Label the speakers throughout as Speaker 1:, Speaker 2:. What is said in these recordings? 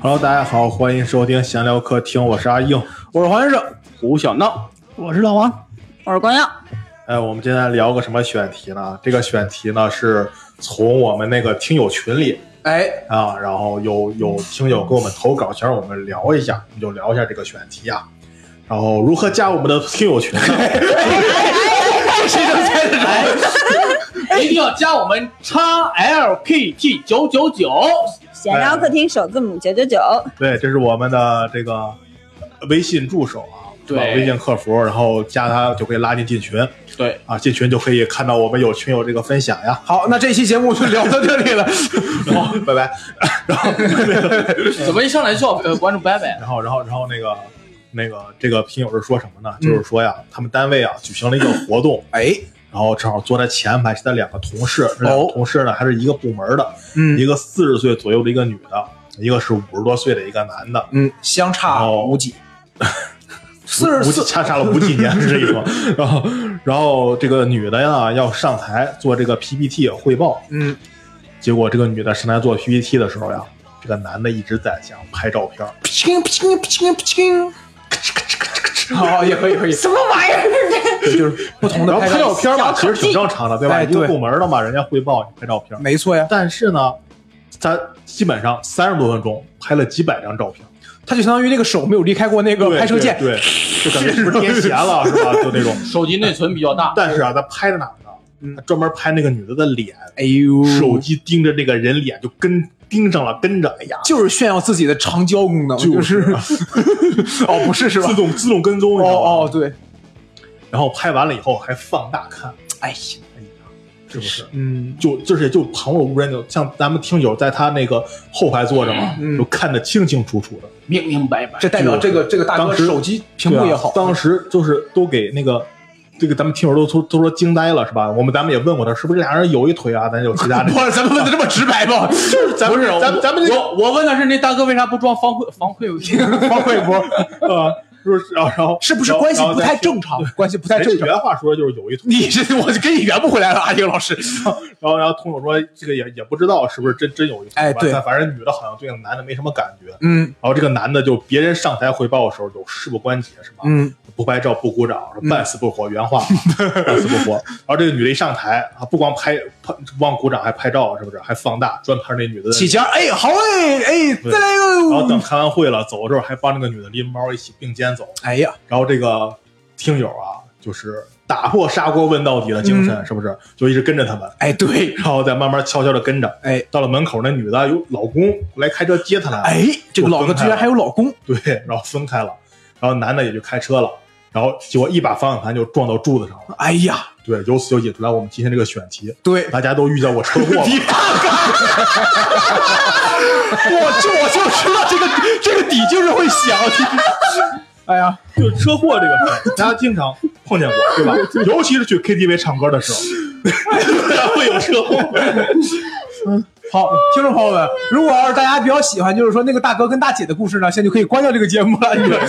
Speaker 1: Hello，大家好，欢迎收听闲聊客厅，我是阿硬，
Speaker 2: 我是环生，胡小闹，
Speaker 3: 我是老王，
Speaker 4: 我是光耀。
Speaker 1: 哎，我们今天聊个什么选题呢？这个选题呢是从我们那个听友群里
Speaker 2: 哎，
Speaker 1: 啊，然后有有听友给我们投稿，想让我们聊一下，我们就聊一下这个选题啊。然后如何加我们的听友群呢？
Speaker 2: 哎一定要加我们 XLKT 九九九，
Speaker 4: 闲聊客厅首字母九九九，
Speaker 1: 对，这是我们的这个微信助手啊，
Speaker 2: 对
Speaker 1: 是吧微信客服，然后加他就可以拉进进群
Speaker 2: 对，
Speaker 1: 啊，进群就可以看到我们有群友这个分享呀。
Speaker 3: 好，那这期节目就聊到这 里了。
Speaker 1: 好，拜拜。
Speaker 2: 怎么一上来就要呃关注拜拜？
Speaker 1: 然后，然后，然后那个那个这个拼友是说什么呢？就是说呀，他们单位啊举行了一个活动，
Speaker 3: 哎，
Speaker 1: 然后正好坐在前排是他两个同事，这两个同事呢还是一个部门的，
Speaker 3: 哦嗯
Speaker 1: 一个四十岁左右的一个女的，一个是五十多岁的一个男的，
Speaker 3: 嗯，相差无几，四十
Speaker 1: 无
Speaker 3: 四，
Speaker 1: 相差了五几年是这意思 吗？然后，然后这个女的呀要上台做这个 PPT 汇报，
Speaker 3: 嗯，
Speaker 1: 结果这个女的上台做 PPT 的时候呀，这个男的一直在想拍照片儿，
Speaker 3: 拼拼拼拼，好，也可以可以，
Speaker 4: 什么玩意儿？
Speaker 3: 对就是不同
Speaker 1: 然
Speaker 3: 的
Speaker 1: 后
Speaker 3: 拍
Speaker 1: 拍照，
Speaker 3: 照
Speaker 1: 片吧，其实挺正常的，对吧？
Speaker 3: 哎
Speaker 1: 一个
Speaker 3: 对
Speaker 1: 部门的嘛，人家汇报你拍照片，
Speaker 3: 没错呀，
Speaker 1: 但是呢，他基本上三十多分钟拍了几百张照片，
Speaker 3: 他就相当于那个手没有离开过那个
Speaker 1: 对
Speaker 3: 拍摄键，
Speaker 1: 对，对 就感觉是不是癫痫了，是 吧？就那种。
Speaker 2: 手机内存比较大，
Speaker 1: 但是啊，他拍的哪儿呢？
Speaker 3: 嗯
Speaker 1: 他专门拍那个女的的脸，
Speaker 3: 哎呦，
Speaker 1: 手机盯着那个人脸就跟盯上了，跟着，哎呀，
Speaker 3: 就是炫耀自己的长焦功能，
Speaker 1: 就
Speaker 3: 就是是， 哦，不是是吧
Speaker 1: 自？动自动跟踪，你
Speaker 3: 哦
Speaker 1: 知道吗？
Speaker 3: 哦，对，
Speaker 1: 然后拍完了以后还放大看，
Speaker 3: 哎呀，
Speaker 1: 哎呀，是不是？
Speaker 3: 嗯，
Speaker 1: 就就是就旁若无人，就像咱们听友在他那个后排坐着嘛，
Speaker 3: 嗯
Speaker 1: 就看得清清楚楚的。
Speaker 2: 明明白白。
Speaker 3: 这代表这个这个大哥
Speaker 1: 当时
Speaker 3: 手机屏幕也好，
Speaker 1: 对啊当时就是都给那个这个咱们听友都都都说惊呆了，是吧？我们咱们也问过他，是不是这俩人有一腿啊？咱有其他的
Speaker 3: 不，是咱们问的这么直白吗？
Speaker 1: 就是咱们
Speaker 2: 不是
Speaker 1: 咱们咱们
Speaker 2: 我我问的是那大哥为啥不装防窥防窥 镜？
Speaker 1: 方慧 波啊，就是然后然后
Speaker 3: 是不是关系不太
Speaker 1: 常？
Speaker 3: 正常？关系不太
Speaker 1: 人家
Speaker 3: 正常。
Speaker 1: 原话说的就是有一腿，
Speaker 3: 哎你这我就给你圆不回来了，阿英老师。
Speaker 1: 然后然后通友说这个也也不知道是不是真真有一腿，
Speaker 3: 哎对
Speaker 1: 反反正女的好像对男的没什么感觉，
Speaker 3: 嗯
Speaker 1: 然后这个男的就别人上台汇报的时候就事不关己是吧？
Speaker 3: 嗯，
Speaker 1: 不拍照不鼓掌，半死不活，原 话半死不活。然后这个女的一上台啊，不光拍拍不光鼓掌，还拍照，是不是？还放大，专拍那女的的。
Speaker 3: 起尖儿，哎，好哎哎，
Speaker 1: 对
Speaker 3: 再来一
Speaker 1: 然后等
Speaker 3: 个。嗯
Speaker 1: 开完会了，走的时候还帮那个女的拎包，一起并肩走。
Speaker 3: 哎呀，
Speaker 1: 然后这个听友啊，就是打破砂锅问到底的精神，
Speaker 3: 嗯
Speaker 1: 是不是？就一直跟着他们，
Speaker 3: 哎对，
Speaker 1: 然后再慢慢悄悄的跟着。
Speaker 3: 哎
Speaker 1: 到了门口，那女的有老公来开车接她来了。
Speaker 3: 哎，这个老哥居然还有老公，
Speaker 1: 对，然后分开了，然后男的也就开车了，然后结果一把方向盘就撞到柱子上了。
Speaker 3: 哎呀，
Speaker 1: 对，由此就引出来我们今天这个选题。
Speaker 3: 对，
Speaker 1: 大家都遇见过车祸吗？
Speaker 3: 你看看，我就我就知道这个这个底就是会响。哎呀，
Speaker 1: 就是车祸这个事儿，大家经常碰见过，对吧？尤其是去 KTV 唱歌的时候， 会有车祸。
Speaker 3: 好，听众朋友们，如果要是大家比较喜欢，就是说那个大哥跟大姐的故事呢，现在就可以关掉这个节目了。你们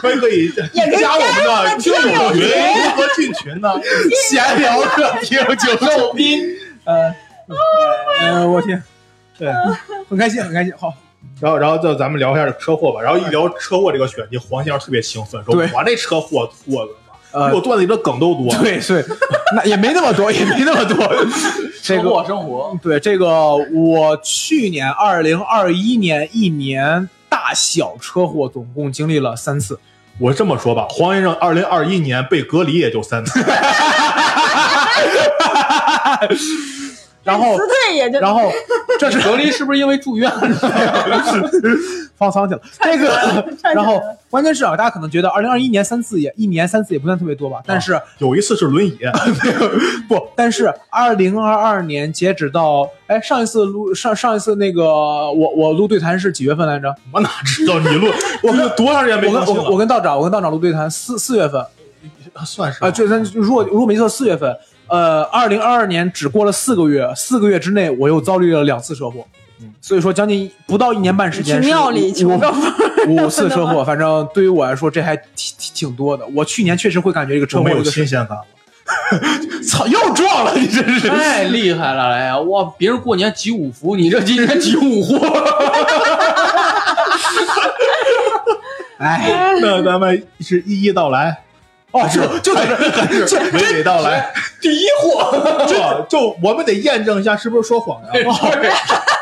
Speaker 1: 可以可以
Speaker 4: 也可以
Speaker 1: 加我们
Speaker 4: 加我
Speaker 1: 的
Speaker 4: 们
Speaker 1: 听
Speaker 4: 听
Speaker 1: 友
Speaker 4: 友
Speaker 1: 群，
Speaker 4: 群
Speaker 1: 如何进 群呢？
Speaker 3: 闲聊客厅九六宾，呃，呃，我天，
Speaker 1: 对，
Speaker 3: 很开心，很开心。好，
Speaker 1: 然后然后就咱们聊一下这车祸吧。然后一聊车祸这个选题，黄先生特别兴奋，说
Speaker 3: 对
Speaker 1: 我那车祸错了嘛。
Speaker 3: 呃
Speaker 1: 比我段子里的梗都 多，
Speaker 3: 对对，那也没那么多，也没那么 多。这
Speaker 2: 生
Speaker 3: 个
Speaker 2: 活生活，
Speaker 3: 对这个，我去年二零二一年一年大小车祸总共经历了三次。
Speaker 1: 我这么说吧，黄先生二零二一年被隔离也就三 次，
Speaker 3: 然后
Speaker 4: 辞退也就
Speaker 3: 然后这是
Speaker 2: 隔离是不是因为住院了？
Speaker 3: 放仓去了。这个，
Speaker 4: 串起来了
Speaker 3: 然后关键是啊，大家可能觉得二零二一年三次也一年三次也不算特别多吧，但是
Speaker 1: 有一次是轮 椅，
Speaker 3: 不，但是二零二二年截止到，哎，上一次录上上一次那个我我录对谈是几月份来着？
Speaker 1: 我哪知道你录？ 我们多长时间没
Speaker 3: 我
Speaker 1: 更新
Speaker 3: 跟我跟
Speaker 1: 了？啊
Speaker 3: 我跟道长我跟道长录对谈四四月份，
Speaker 1: 算是吧
Speaker 3: 啊，就咱如果如果没记错，四月份，呃，二零二二年只过了四个月，四个月之内我又遭遇了两次车祸，
Speaker 1: 嗯
Speaker 3: 所以说将近不到一年半时
Speaker 4: 去
Speaker 3: 间，
Speaker 4: 庙里
Speaker 3: 是
Speaker 4: 求
Speaker 3: 五
Speaker 4: 个
Speaker 3: 五五次车祸，反正对于我来说这还挺挺挺多的。我去年确实会感觉这个车
Speaker 1: 我
Speaker 3: 祸
Speaker 1: 没
Speaker 3: 这
Speaker 1: 有
Speaker 3: 个事，
Speaker 1: 新鲜感了。
Speaker 3: 操，又撞了，你这是。
Speaker 2: 太厉害了！ 哎呀，哇，别人过年集五福，你这今年集五祸，
Speaker 3: 哎，
Speaker 1: 那咱们是一一道 来，
Speaker 3: 哦，就就在这儿，
Speaker 1: 还是娓娓道来？
Speaker 2: 第一货，
Speaker 1: 这 就我们得验证一下是不是说谎的。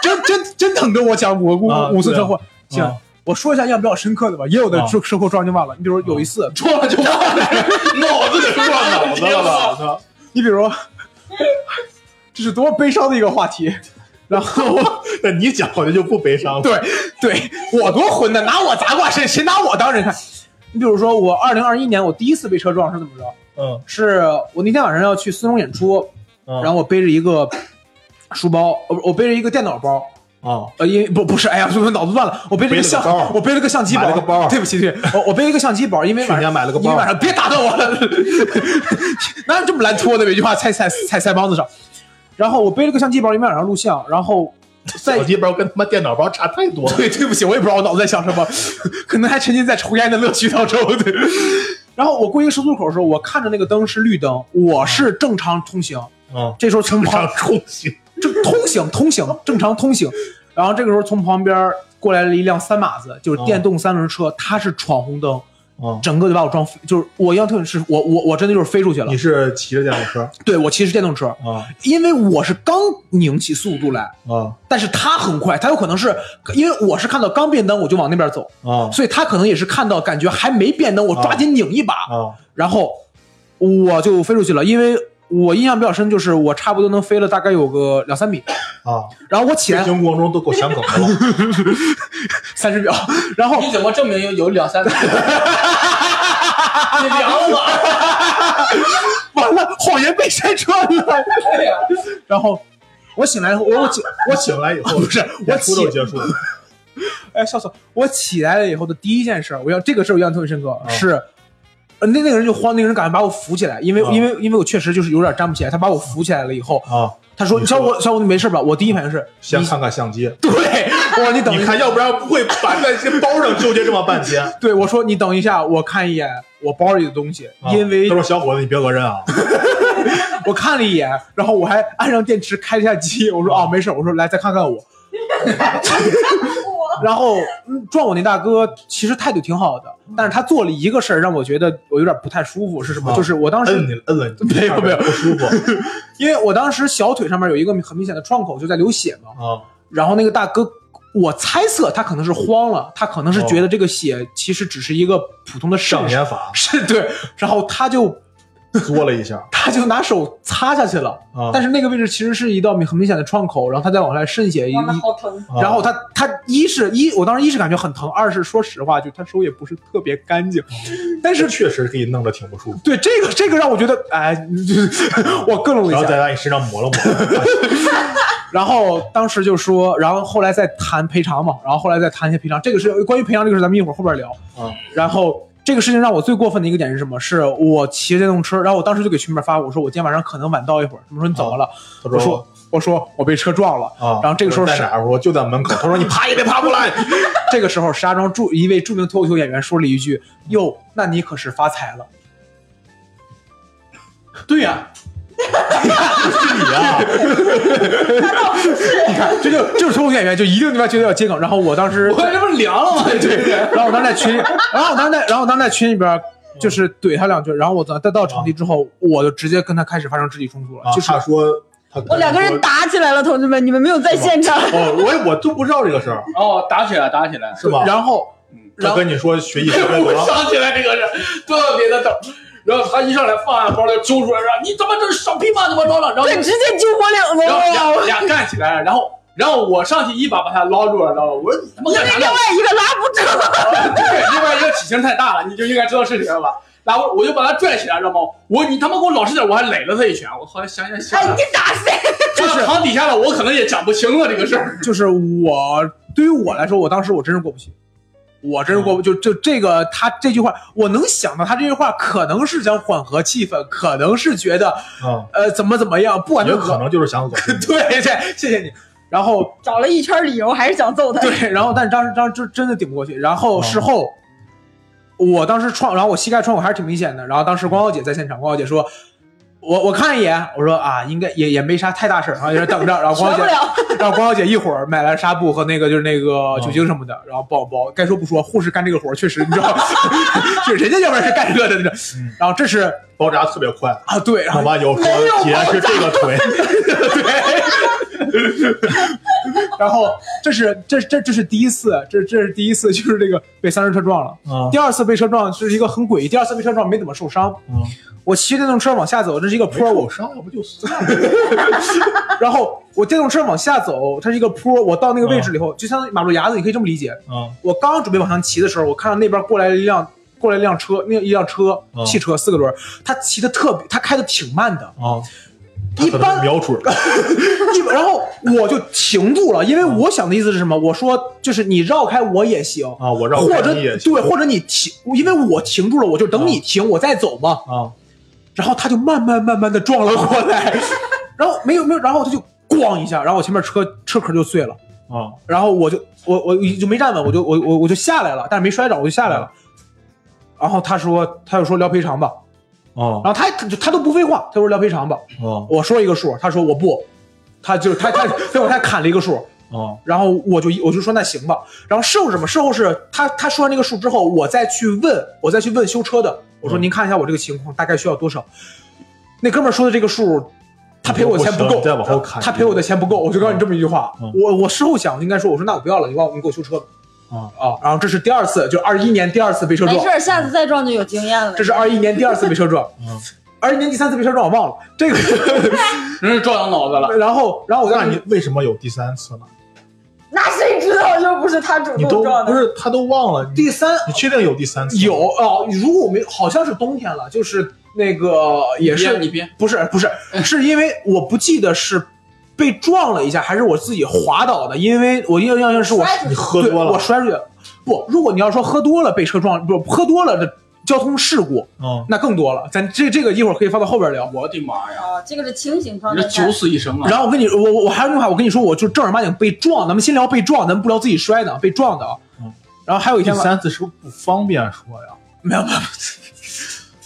Speaker 3: 真真真等着我讲五个故
Speaker 1: 啊
Speaker 3: 五次
Speaker 1: 对啊
Speaker 3: 车祸。行
Speaker 1: 啊，
Speaker 3: 我说一下要不要深刻的吧，也有的
Speaker 1: 啊
Speaker 3: 车车祸撞就忘了。你比如有一次，
Speaker 2: 撞了就忘了，脑 子得
Speaker 1: 撞脑子了吧？我 操！
Speaker 3: 你比如，这是多么悲伤的一个话题。然后，
Speaker 1: 那你讲好像就不悲伤了。
Speaker 3: 对对，我多混蛋，拿我砸挂谁？谁拿我当人看？你比如说，我二零二一年我第一次被车撞是怎么着？
Speaker 1: 嗯，
Speaker 3: 是我那天晚上要去四中演出，
Speaker 1: 嗯
Speaker 3: 然后我背着一个书包，呃，不我背着一个电脑包，
Speaker 1: 哦，
Speaker 3: 呃，因为不不是，哎呀，我脑子乱了，我背着一
Speaker 1: 背了个
Speaker 3: 相
Speaker 1: 包，
Speaker 3: 我背了个相机
Speaker 1: 买
Speaker 3: 包，
Speaker 1: 了个包
Speaker 3: 对不起，对不起，我我背了一个相机包，因为晚
Speaker 1: 去
Speaker 3: 上
Speaker 1: 年买了个包
Speaker 3: 因为晚上别打断我了， 哪有这么难拖的？每句话踩踩踩腮帮子上。然后我背了个相机包，因为晚上录像，然后在
Speaker 1: 手机包跟他妈电脑包差太多了。
Speaker 3: 对，对不起，我也不知道我脑子在想什么，可能还沉浸在抽烟的乐趣当中。对，然后我过一个十字路口的时候，我看着那个灯是绿灯，我是正常通行，
Speaker 1: 嗯，
Speaker 3: 这时候从旁
Speaker 1: 上冲洗。
Speaker 3: 正通行通行正常通行，然后这个时候从旁边过来了一辆三马子，就是电动三轮车，它是闯红灯，
Speaker 1: 嗯，
Speaker 3: 整个就把我撞飞，就是我要特是我我我真的就是飞出去了
Speaker 1: 你。是骑着电动车
Speaker 3: 对我骑的是电动车，
Speaker 1: 啊
Speaker 3: 因为我是刚拧起速度来，
Speaker 1: 啊
Speaker 3: 但是他很快，他有可能是因为我是看到刚变灯我就往那边走，
Speaker 1: 啊
Speaker 3: 所以他可能也是看到感觉还没变灯，我抓紧拧一把，
Speaker 1: 啊！
Speaker 3: 然后我就飞出去了。因为我印象比较深，就是我差不多能飞了大概有个两三米，
Speaker 1: 啊！
Speaker 3: 然后我起
Speaker 1: 飞
Speaker 3: 来
Speaker 1: 行过程中都够想梗的了。
Speaker 3: 三十秒，然后
Speaker 2: 你怎么证明有有两 三个？你量我，
Speaker 3: 完了，谎言被拆穿了。
Speaker 2: 哎呀，
Speaker 3: 然后我醒来以后，我 我起
Speaker 1: 我醒来以后，
Speaker 3: 不是我
Speaker 1: 演出
Speaker 3: 起
Speaker 1: 都结束了。
Speaker 3: 哎笑死我！我起来了以后的第一件事儿，我要这个事儿我印象特别深刻、
Speaker 1: 嗯
Speaker 3: 是。呃那那个人就慌，那个人赶快把我扶起来，因为、
Speaker 1: 啊
Speaker 3: 因为因为我确实就是有点站不起来，他把我扶起来了以后，
Speaker 1: 啊，
Speaker 3: 他说：“
Speaker 1: 你
Speaker 3: 小
Speaker 1: 说
Speaker 3: 伙小伙，你没事吧？”我第一反应是
Speaker 1: 先看看相机。
Speaker 3: 对，我说你等一
Speaker 1: 你
Speaker 3: 下，
Speaker 1: 看，要不然不会把在这包上纠结这么半 天。啊
Speaker 3: 对我说你等一下，我看一眼我包里的东西，
Speaker 1: 啊
Speaker 3: 因为
Speaker 1: 他说：“小伙子，你别讹人啊
Speaker 3: 我看了一眼，然后我还按上电池开了一下机，我说哦没事，我说来再看看我， 然后嗯撞我那大哥其实态度挺好的，但是他做了一个事儿让我觉得我有点不太舒服，是什么？
Speaker 1: 啊
Speaker 3: 就是我！”当
Speaker 1: 摁
Speaker 3: 时
Speaker 1: 你了，摁了你，
Speaker 3: 没有没有
Speaker 1: 不舒服
Speaker 3: 因为我当时小腿上面有一个很明显的创口，就在流血嘛，
Speaker 1: 啊
Speaker 3: 然后那个大哥。我猜测他可能是慌了，他可能是觉得这个血其实只是一个普通的渗
Speaker 1: 哦障眼法
Speaker 3: 是对，然后他就
Speaker 1: 作了一下
Speaker 3: 他就拿手擦下去了，
Speaker 1: 啊，
Speaker 3: 但是那个位置其实是一道很明显的创口，然后他再往外渗血，一
Speaker 4: 妈妈
Speaker 3: 一
Speaker 4: 好疼，
Speaker 1: 啊
Speaker 3: 然后他他一是一，我当时一是感觉很疼，二是说实话，就他手也不是特别干
Speaker 1: 啊
Speaker 3: 净，但
Speaker 1: 这
Speaker 3: 是
Speaker 1: 确实给你弄得挺不舒服。
Speaker 3: 对这个这个让我觉得，哎， 就是我各种一
Speaker 1: 然后
Speaker 3: 下，
Speaker 1: 再往你身上抹 了抹，
Speaker 3: 然后当时就说，然后后来再谈赔偿嘛，然后后来再谈一些赔偿，这个是关于赔偿这个事，咱们一会儿后边聊。
Speaker 1: 啊，
Speaker 3: 然后这个事情让我最过分的一个点是什么？是我骑着电动车，然后我当时就给群里面发，我说我今天晚上可能晚到一会儿，他们说你怎么了？
Speaker 1: 他
Speaker 3: 我说我说我被车撞了。
Speaker 1: 啊，
Speaker 3: 然后这个时候
Speaker 1: 我说在哪儿？我说就在门口。他说：“你啊 爬也别爬过来。
Speaker 3: 这个时候，石家庄著一位著名脱口秀演员说了一句：“哟，那你可是发财了。
Speaker 2: 对呀，”
Speaker 1: 你啊，
Speaker 3: 你看，这就这种脱口秀演员就一定他妈觉得要接梗。然后我当时
Speaker 2: 我，这不是凉了吗？对，
Speaker 3: 然后我当时在群里，然后我当时在，然后我当时在群里边就是怼他两句。然后我等到到场地之后，我就直接跟他开始发生肢体冲突了，
Speaker 1: 啊
Speaker 3: 就是
Speaker 1: 他说他跟
Speaker 4: 我两个人打起来了，同志们，你们没有在现场。
Speaker 1: 哦，我也我都不知道这个事儿，
Speaker 2: 哦，打起来，打起来，
Speaker 1: 是吧？
Speaker 3: 然后，然
Speaker 1: 他
Speaker 3: 后
Speaker 1: 跟你说学艺术
Speaker 2: 我
Speaker 1: 了，
Speaker 2: 想起来这个人特别的逗。然后他一上来放下包就揪出来，说：“你怎么这是小屁吗？怎么着了？”然后
Speaker 4: 对，直接揪我两
Speaker 2: 然后
Speaker 4: 我，
Speaker 2: 俩俩干起来，然后然后我上去一把把他捞住了，知道吧？我说你他妈
Speaker 4: 因为
Speaker 2: 干啥
Speaker 4: 另
Speaker 2: 呢？
Speaker 4: 外一个拉不住，
Speaker 2: 对，另外一个体型太大了，你就应该知道是谁了吧？然后我就把他拽起来，知道吗？我你他妈给我老实点，我还垒了他一拳。我后来想想想
Speaker 4: 哎，
Speaker 2: 想
Speaker 4: 你，打谁？
Speaker 2: 就是躺底下了，我可能也讲不清了这个事儿。
Speaker 3: 就是我对于我来说，我当时我真是过不去，我真是过不就就这个他这句话，我能想到他这句话可能是想缓和气氛，可能是觉得
Speaker 1: 嗯，
Speaker 3: 呃怎么怎么样，不管他
Speaker 1: 也
Speaker 3: 怎么
Speaker 1: 可能就是想恶心你。
Speaker 3: 对对，谢谢你。然后
Speaker 4: 找了一圈理由，还是想揍他。
Speaker 3: 对，然后但是当时当时就真的顶不过去。然后事后，我当时创，然后我膝盖创口还是挺明显的。然后当时光耀姐在现场，光耀姐说。我我看一眼，我说啊，应该也也没啥太大事儿，然后就在那等着， 然后
Speaker 4: 学
Speaker 3: 光
Speaker 4: 不
Speaker 3: 姐
Speaker 4: 了，
Speaker 3: 让光小姐一会儿买来纱布和那个就是那个酒精什么的，然后帮我包。该说不说，护士干这个活儿确实，你知道， 就是人家要不然是干这个的那种
Speaker 1: 嗯。
Speaker 3: 然后这是
Speaker 1: 包扎特别 快，
Speaker 3: 啊，对，然
Speaker 1: 我
Speaker 3: 后
Speaker 1: 妈就说
Speaker 4: 没有
Speaker 1: 姐是这个腿，
Speaker 3: 然后这是这这这是第一次，这这是第一次，就是这个被三轮车撞了。
Speaker 1: 啊
Speaker 3: 第二次被车撞是一个很诡异，第二次被车撞没怎么受伤，
Speaker 1: 嗯
Speaker 3: 我骑电动车往下走，这是一个坡，
Speaker 1: 没受
Speaker 3: 我
Speaker 1: 伤要不就算了。
Speaker 3: 然后我电动车往下走，它是一个坡，我到那个位置了以后，就相当于马路牙子，你可以这么理解。
Speaker 1: 啊
Speaker 3: 我刚准备往上骑的时候，我看到那边过来一辆过来一辆车，那一辆车
Speaker 1: 嗯
Speaker 3: 汽车四个轮儿，他骑的特别，他开的挺慢的，
Speaker 1: 啊，
Speaker 3: 一
Speaker 1: 他可能
Speaker 3: 般
Speaker 1: 瞄 准了，
Speaker 3: 一然后我就停住了，因为我想的意思是什么？我说就是你绕开我也行，
Speaker 1: 啊，我让
Speaker 3: 或者
Speaker 1: 你也
Speaker 3: 对，或者你停，因为我停住了，我就等你停，我再走嘛。
Speaker 1: 啊，
Speaker 3: 然后他就慢慢慢慢的撞了过 来，然后没有没有，然后他就咣一下，然后我前面车车壳就碎了。
Speaker 1: 啊，
Speaker 3: 然后我就我我就没站稳，我就我我我就下来了，但是没摔着，我就下来了。然后他说，他又说聊赔偿吧，
Speaker 1: 啊，
Speaker 3: 然后他他就他都不废话，他说聊赔偿吧。
Speaker 1: 啊，
Speaker 3: 我说一个数，他说我不，他就是他他最后他砍了一个数，
Speaker 1: 啊，
Speaker 3: 然后我就我就说那行吧。然后事后是什么？事后是他他说完那个数之后，我再去问，我再去问修车的，我说
Speaker 1: 嗯
Speaker 3: 您看一下我这个情况大概需要多少？那哥们儿说的这个数。他赔我的钱不
Speaker 1: 行
Speaker 3: 够，
Speaker 1: 你再往后砍
Speaker 3: 他赔我的钱不够，我就告诉你这么一句话。
Speaker 1: 嗯
Speaker 3: 我我事后想，应该说，我说那我不要了，你帮我你给我修车吧。
Speaker 1: 啊
Speaker 3: 啊，然后这是第二次，就二一年第二次被车
Speaker 4: 没
Speaker 3: 撞
Speaker 4: 事，儿，下次再撞就有经验了。
Speaker 3: 这是二一年第二次被车撞，
Speaker 1: 嗯
Speaker 3: 二一年第三次被车撞我忘了这 个。
Speaker 2: 真是撞到脑子了。
Speaker 3: 然后，然后我
Speaker 1: 那
Speaker 3: 在
Speaker 1: 你为什么有第三次呢？
Speaker 4: 那谁知道又不是他主
Speaker 1: 你
Speaker 4: 动
Speaker 1: 都
Speaker 4: 撞
Speaker 1: 不
Speaker 4: 的？
Speaker 1: 是他都忘了，你
Speaker 3: 第三
Speaker 1: 你确定有第三次？
Speaker 3: 有，哦，如果我没好像是冬天了，就是那
Speaker 1: 哦
Speaker 3: 个也是
Speaker 2: 你别，
Speaker 3: 不是不是，
Speaker 1: 嗯
Speaker 3: 是因为我不记得是被撞了一下，还是我自己滑倒的？因为我印象中是我
Speaker 4: 摔出去
Speaker 1: 你喝多
Speaker 3: 对我
Speaker 1: 了，
Speaker 3: 摔出去了。不，如果你要说喝多了被车撞，不喝多了的交通事故，
Speaker 1: 嗯，
Speaker 3: 那更多了。咱这这个一会儿可以放到后边聊。
Speaker 2: 我的妈呀！
Speaker 4: 啊，这个是清醒状
Speaker 2: 你
Speaker 4: 态
Speaker 2: 这
Speaker 4: 下。
Speaker 2: 九死一生啊！
Speaker 3: 然后我跟你，我我我还有一句话，我跟你说，我就正儿八经被撞，咱们先聊被撞，咱们不聊自己摔的啊，被撞的啊
Speaker 1: 嗯。
Speaker 3: 然后还有一
Speaker 1: 第
Speaker 3: 天晚
Speaker 1: 三次是不是不方便说呀？
Speaker 3: 没有没有没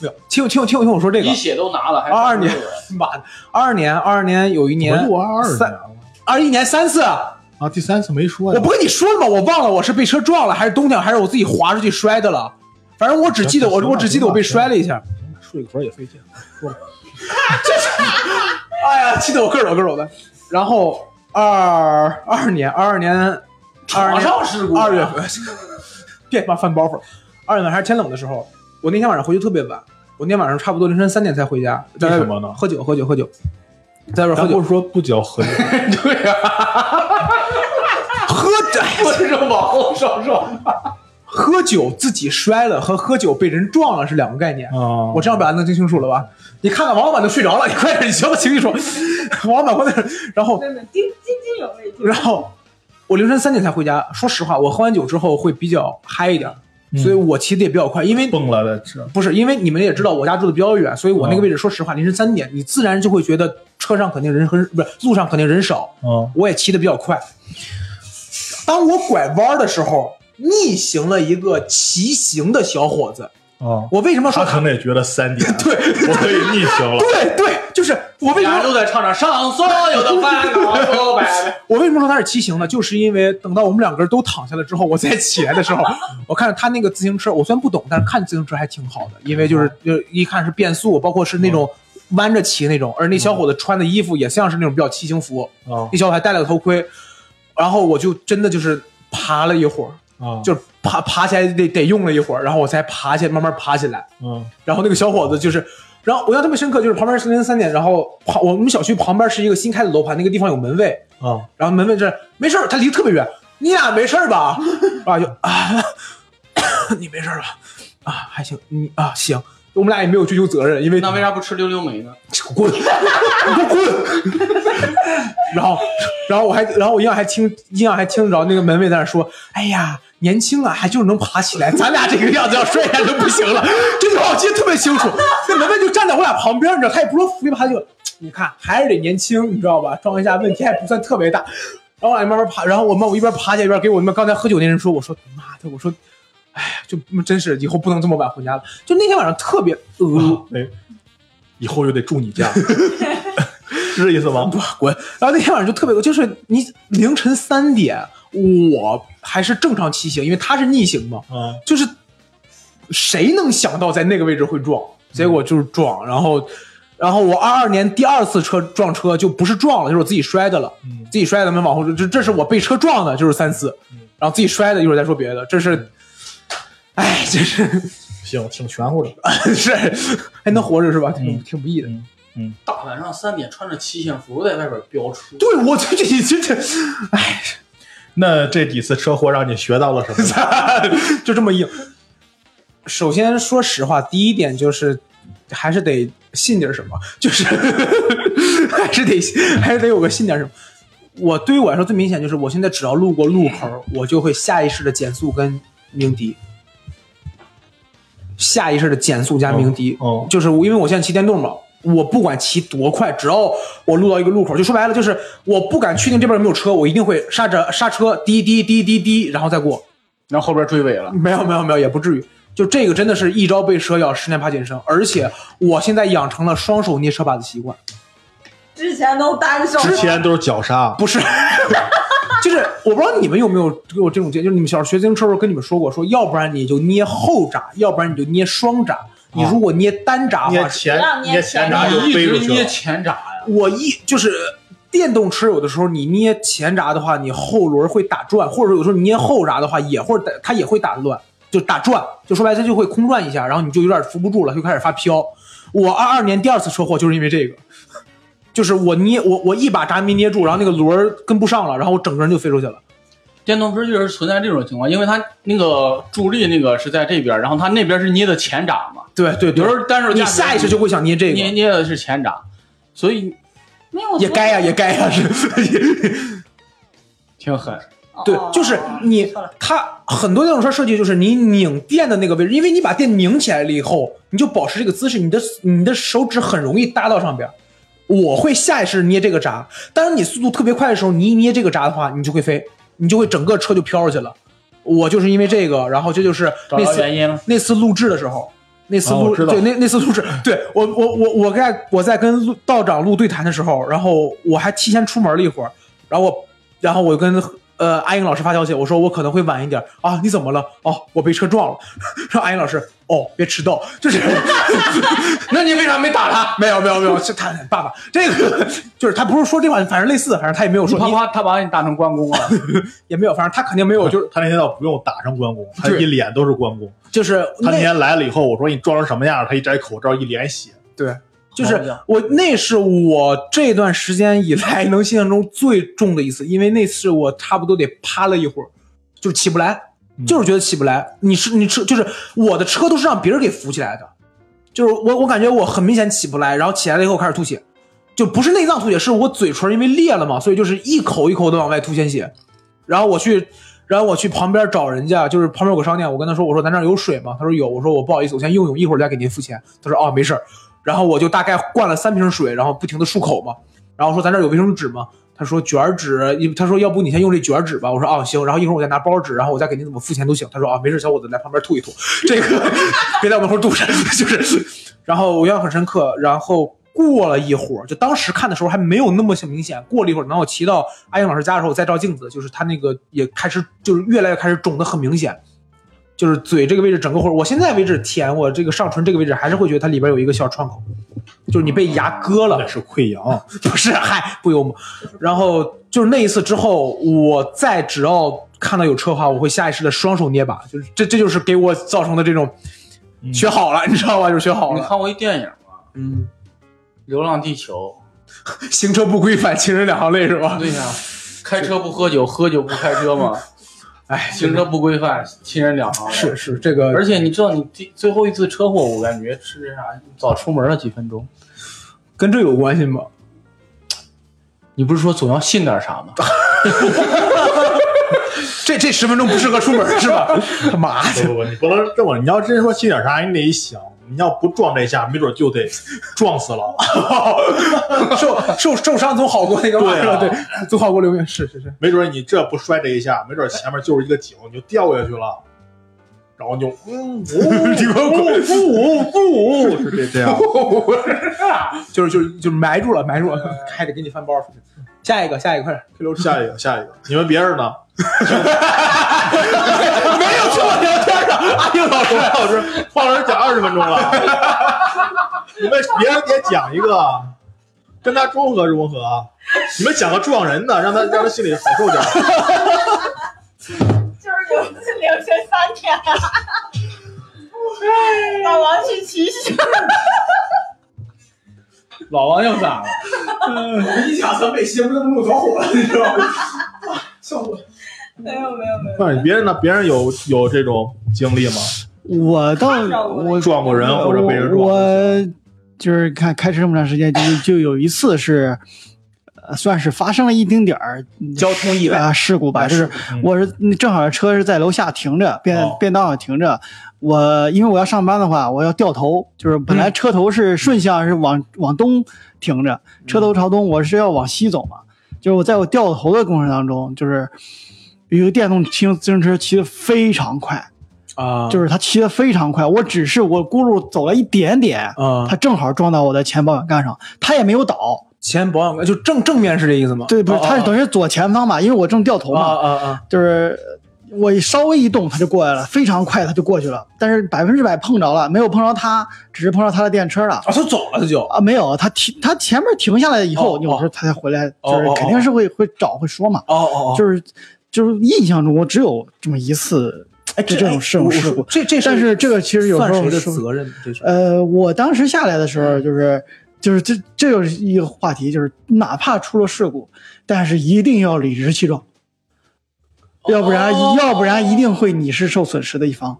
Speaker 3: 有，听我听我听我听我说这个啊
Speaker 2: 一，血都拿了，还
Speaker 3: 22年 妈的，二二年二二年有一
Speaker 1: 我
Speaker 3: 年
Speaker 1: 录完二十年
Speaker 3: 三
Speaker 1: 了
Speaker 3: 二一年三次，
Speaker 1: 啊，第三次没说
Speaker 3: 我
Speaker 1: 呀
Speaker 3: 不。跟你说了吗？我忘了我是被车撞了，还是冬天，还是我自己滑出去摔的了。反正我只记得我
Speaker 1: 行吧
Speaker 3: 我只记得我被摔了一下，
Speaker 1: 睡个觉也费劲，
Speaker 3: 哎呀，气得我咯抖咯抖的。然后二二年二二年二二
Speaker 2: 床
Speaker 3: 年
Speaker 2: 上事故，啊
Speaker 3: 二月
Speaker 1: 啊
Speaker 3: 份， 别他妈翻包袱。二月份还是天冷的时候，我那天晚上回去特别晚，我那天晚上差不多凌晨三点才回家，在外
Speaker 1: 为
Speaker 3: 边
Speaker 1: 什么呢
Speaker 3: 喝酒喝酒喝酒，在外
Speaker 1: 咱
Speaker 3: 边喝酒
Speaker 1: 不是说不交喝酒，
Speaker 2: 对呀，
Speaker 3: 喝酒
Speaker 2: 不是往后上上。
Speaker 3: 喝酒自己摔了和喝酒被人撞了是两个概念。
Speaker 1: 啊，
Speaker 3: 我这样表达能听清楚了吧？你看看王老板都睡着了，你快点，你行不清楚？王老板快点，然后
Speaker 4: 没有没有，津津津有味。
Speaker 3: 然后我凌晨三点才回家。说实话，我喝完酒之后会比较嗨一点，
Speaker 1: 嗯
Speaker 3: 所以我骑的也比较快，因为
Speaker 1: 蹦了的这，
Speaker 3: 不是因为你们也知道我家住的比较远，所以我那个位置，说实话，凌晨三点，你自然就会觉得车上肯定人很不是路上肯定人少，
Speaker 1: 嗯
Speaker 3: 我也骑得比较快。当我拐弯的时候，逆行了一个骑行的小伙子。
Speaker 1: 嗯，
Speaker 3: 我为什么
Speaker 1: 他
Speaker 3: 说
Speaker 1: 可能也觉得三点，啊
Speaker 3: 对
Speaker 1: 我可以逆行了。
Speaker 3: 对对，就是我为什
Speaker 2: 大家
Speaker 3: 么
Speaker 2: 都在唱着上所有的烦恼 都白。
Speaker 3: 我为什么说他是骑行呢？就是因为等到我们两个人都躺下了之后，我再起来 的时候，我看着他那个自行车，我虽然不懂，但是看自行车还挺好的，因为
Speaker 1: 哦
Speaker 3: 就是就是一看是变速，包括是那种弯着骑那种，而那小伙子穿的衣服也像是那种比较骑行服，
Speaker 1: 啊
Speaker 3: 那小伙还戴了个头盔，然后我就真的就是爬了一会儿，
Speaker 1: 啊，
Speaker 3: 就是爬爬起来得得用了一会儿，然后我才爬起来，慢慢爬起来。
Speaker 1: 嗯
Speaker 3: 然后那个小伙子就是，然后我印象特别深刻，就是旁边是凌晨三点，然后旁我们小区旁边是一个新开的楼盘，那个地方有门卫，
Speaker 1: 啊
Speaker 3: 然后门卫这没事儿，他离得特别远，你俩没事儿吧？ 啊就啊， 你没事儿吧？啊还行，你啊行， 我们俩也没有追究责任，因为
Speaker 2: 那为啥不吃溜溜梅呢？
Speaker 3: 滚，你给我滚！然后，然后我还，然后我印象还听，印象还听得着那个门卫在那说：“哎呀，年轻啊，还就是能爬起来，咱俩这个样子要摔下来就不行了。”这句话我记得特别清楚。那门卫就站在我俩旁边，你知道，他也不说扶一把，他就你看还是得年轻，你知道吧？撞一下问题还不算特别大。然后我俩慢慢爬，然后我妈我一边爬起来一边给我们刚才喝酒那人说：“我说妈的，我说，哎呀，就真是以后不能这么晚回家了。”就那天晚上特别呃。
Speaker 1: 没以后就得住你 家，是这意思吗？
Speaker 3: 滚！然后那天晚上就特别多，就是你凌晨三点，我还是正常骑行，因为他是逆行嘛，
Speaker 1: 啊，
Speaker 3: 就是谁能想到在那个位置会撞？结果就是撞，然后，然后我二二年第二次车撞车就不是撞了，就是我自己摔的了，
Speaker 1: 嗯
Speaker 3: 自己摔的没往后这这是我被车撞的，就是三次，然后自己摔的，一会儿再说别的，这是，
Speaker 1: 嗯
Speaker 3: 哎，这是
Speaker 1: 行，挺玄乎的。
Speaker 3: 是还能活着是吧？挺
Speaker 1: 嗯
Speaker 3: 挺不易的。
Speaker 1: 嗯
Speaker 2: 大晚上三点穿着骑行服在外边飙车，
Speaker 3: 对，我这这这这，哎，
Speaker 1: 那这几次车祸让你学到了什么呢？
Speaker 3: 就这么硬。首先说实话，第一点就是还是得信点什么， 就是还是得还是得有个信点什么。我对于我来说最明显就是，我现在只要路过路口，我就会下意识的减速跟鸣笛，下意识的减速加鸣笛。
Speaker 1: 哦哦
Speaker 3: 就是我因为我现在骑电动嘛，我不管骑多快，只要我路到一个路口，就说白了就是我不敢确定这边有没有车，我一定会刹着刹车滴滴滴滴滴，然后再过。
Speaker 2: 然后后边追尾了。
Speaker 3: 没有没有没有，也不至于。就这个真的是一朝被蛇咬，十年怕井绳。而且我现在养成了双手捏车把的习惯，
Speaker 4: 之前都单手，
Speaker 1: 之前都是绞杀，
Speaker 3: 不是， 就是我不知道你们有没有有这种经历，就是你们小时候学自行车的时候跟你们说过，说要不然你就捏后闸，要不然你就捏双闸。你如果捏单闸的话，
Speaker 1: 捏前
Speaker 4: 不让捏
Speaker 1: 捏前
Speaker 4: 前
Speaker 1: 闸
Speaker 4: 闸
Speaker 1: 就
Speaker 2: 你
Speaker 1: 飞
Speaker 2: 一
Speaker 1: 出
Speaker 2: 直
Speaker 1: 去
Speaker 2: 捏
Speaker 1: 了。
Speaker 2: 前闸呀？
Speaker 3: 我一就是电动车，有的时候你捏前闸的话，你后轮会打转，或者说有时候你捏后闸的话，也会打，它也会打乱，就打转，就说白了它就会空转一下，然后你就有点扶不住了，就开始发飘。我二二年第二次车祸就是因为这个， 就是我捏我我一把闸没捏住，然后那个轮儿跟不上了，然后我整个人就飞出去了。
Speaker 2: 电动车就是存在这种情况，因为它那个助力那个是在这边，然后它那边是捏的前闸嘛，
Speaker 3: 对对
Speaker 2: 有
Speaker 3: 对
Speaker 2: 时，候单手
Speaker 3: 你
Speaker 2: 驾驶
Speaker 3: 下意识就会想捏这
Speaker 2: 捏
Speaker 3: 个，
Speaker 2: 捏的是前闸，所以
Speaker 4: 没有
Speaker 3: 也该呀、也该呀、是。
Speaker 2: 挺狠。
Speaker 4: 哦
Speaker 3: 对，就是你
Speaker 4: 错了
Speaker 3: 它很多电动车设计就是你拧电的那个位置，因为你把电拧起来了以后，你就保持这个姿势，你的你的手指很容易搭到上边儿。我会下意识捏这个闸，当然你速度特别快的时候，你一捏这个闸的话，你就会飞，你就会整个车就飘出去了。我就是因为这个，然后这就是
Speaker 2: 找
Speaker 3: 那
Speaker 2: 到
Speaker 3: 次
Speaker 2: 原因了，哦
Speaker 3: 那次录制的时候，那次
Speaker 1: 啊我
Speaker 3: 录、
Speaker 1: 知道
Speaker 3: 对那那次录制，对我我我我在我在跟陆道长录对谈的时候，然后我还提前出门了一会儿，然后我然后我跟呃阿英老师发消息，我说我可能会晚一点啊，你怎么了？哦，我被车撞了。 然后阿英老师哦，别迟到，就是
Speaker 2: 那你为啥没打他？
Speaker 3: 没有没有没有，是他爸爸这个 就是他不是说这款，反正类似，反正他也没有
Speaker 2: 你
Speaker 3: 说
Speaker 2: 啪
Speaker 3: 你
Speaker 2: 啪，他把你打成关 公了。
Speaker 3: 也没有，反正他肯定没有，就是
Speaker 1: 他那天倒不用打成关公，他
Speaker 3: 对
Speaker 1: 一脸都是关公。
Speaker 3: 就是
Speaker 1: 他那
Speaker 3: 那
Speaker 1: 天来了以后，我说你装成什么样？他一摘口罩，一脸血。
Speaker 3: 对，就
Speaker 2: 好
Speaker 3: 是
Speaker 2: 家
Speaker 3: 我那是我这段时间以来能印象中最重的一次，因为那次我差不多得趴了一会儿，就是起不来，就是觉得起不来。你是你车就是我的车都是让别人给扶起来的，就是我我感觉我很明显起不来，然后起来了以后开始吐血，就不是内脏吐血，是我嘴唇因为裂了嘛，所以就是一口一口的往外吐鲜血。然后我去，然后我去旁边找人家，就是旁边有个商店，我跟他说，我说咱这儿有水吗？他说有，我说我不好意思，我先用用，一会儿再给您付钱。他说哦，没事儿。然后我就大概灌了三瓶水，然后不停的漱口嘛，然后说咱这儿有卫生纸吗？他说卷儿纸，因为他说要不你先用这卷儿纸吧。我说哦行，然后一会儿我再拿包纸，然后我再给您怎么付钱都行。他说啊没事，小伙子来旁边吐一吐，这个 别在我门口堵着，就是。然后我印象很深刻，然后过了一会儿，就当时看的时候还没有那么明显。过了一会儿，等我骑到阿英老师家的时候，我再照镜子，就是他那个也开始就是越来越开始肿的很明显，就是嘴这个位置整个会儿，我现在为止舔我这个上唇这个位置还是会觉得它里边有一个小创口，就是你被牙割了
Speaker 1: 那，是溃疡，
Speaker 3: 不是，嗨，不幽默。然后就是那一次之后，我再只要看到有车的话，我会下意识的双手捏把，就是这这就是给我造成的这种学好了，你知道吧？就是学好
Speaker 2: 你
Speaker 3: 了，
Speaker 2: 看过一电影吗？
Speaker 3: 嗯，
Speaker 2: 《流浪地 球
Speaker 3: 行车不规范，行人两行泪是》。吧？
Speaker 2: 对呀、开车不喝酒，喝酒不开车 嘛。
Speaker 3: 哎，
Speaker 2: 行车不规范，亲人两行。
Speaker 3: 是是这个
Speaker 2: 而且你知道，你第最后一次车祸，我感觉是啥？早出门了几分钟。
Speaker 3: 跟这有关系吗？
Speaker 2: 你不是说总要信点啥吗？
Speaker 3: 这这十分钟不适合出门是吧？ 他妈
Speaker 1: 不
Speaker 3: 的，
Speaker 1: 不不，你不能这么。你要真说信点啥，你得一想，你要不撞这下，没准就得撞死了。
Speaker 3: 受受受伤总好过那个嘛
Speaker 1: 对
Speaker 3: 是
Speaker 1: 啊
Speaker 3: 吧？对，总好过留言是是是，
Speaker 1: 没准你这不摔这一下，没准前面就是一个井，你就掉下去了。然后你就嗯呜呜呜呜，是这这样。
Speaker 3: 就是就是就是埋住了，埋住了，还得给你翻包出去。下一个，下一个，快点，推流
Speaker 1: 下一个， 下一个，你们别人 呢？
Speaker 3: 没有这么聊天的，阿英老师，
Speaker 1: 老师，黄老师讲二十分钟了，你们别人也讲一个，跟他中和中和啊。你们讲个撞人的，让他让他心里好受点儿。
Speaker 5: 就是有一次凌晨三啊点，老王去骑行，
Speaker 2: 老王又咋了？
Speaker 3: 你想咱北西不能弄着火了，你知道吗？ 笑我！
Speaker 5: 没有没有没有，
Speaker 1: 那你别人呢？别人有有这种经历吗？
Speaker 6: 我倒我
Speaker 1: 撞过人或者被人撞过？
Speaker 6: 我就是看开车这么长时间，就就有一次是，呃算是发生了一丁点儿
Speaker 3: 交通意外，
Speaker 6: 啊事故吧，就是
Speaker 1: 嗯
Speaker 6: 我是正好车是在楼下停着，便
Speaker 1: 哦
Speaker 6: 便道上停着。我因为我要上班的话，我要掉头，就是本来车头是顺向是往往东停着，车头朝东，我是要往西走嘛。就是我在我掉头的过程当中，就是有一个电动骑自行车骑得非常快，
Speaker 3: 啊
Speaker 6: 就是他骑得非常快，我只是我轱辘走了一点点，
Speaker 3: 啊
Speaker 6: 他，正好撞到我的前保险杠上，他也没有倒，
Speaker 3: 前保险杠就正正面是这意思吗？
Speaker 6: 对，不是，
Speaker 3: 哦
Speaker 6: 他是等于是左前方嘛，因为我正掉头
Speaker 3: 哦
Speaker 6: 嘛，
Speaker 3: 啊啊啊！
Speaker 6: 就是我稍微一动他就过来了，非常快他就过去了，但是百分之百碰着了，没有碰着他，只是碰着他的电车了。
Speaker 3: 啊，他走了，他就
Speaker 6: 啊，没有，他停，他前面停下来以后，
Speaker 3: 哦
Speaker 6: 你我说他才回来，
Speaker 3: 哦
Speaker 6: 就是
Speaker 3: 哦
Speaker 6: 肯定是会会找会说嘛，
Speaker 3: 哦哦哦，
Speaker 6: 就是就是印象中我只有这么一次
Speaker 3: 哎
Speaker 6: 这种事故事故，
Speaker 3: 这这
Speaker 6: 但是这个其实有时
Speaker 3: 算
Speaker 6: 候
Speaker 3: 谁的
Speaker 6: 是
Speaker 3: 责任？这是
Speaker 6: 呃，我当时下来的时候，就是就是这这就是一个话题，就是哪怕出了事故，但是一定要理直气壮，要不然、要不然一定会你是受损失的一方。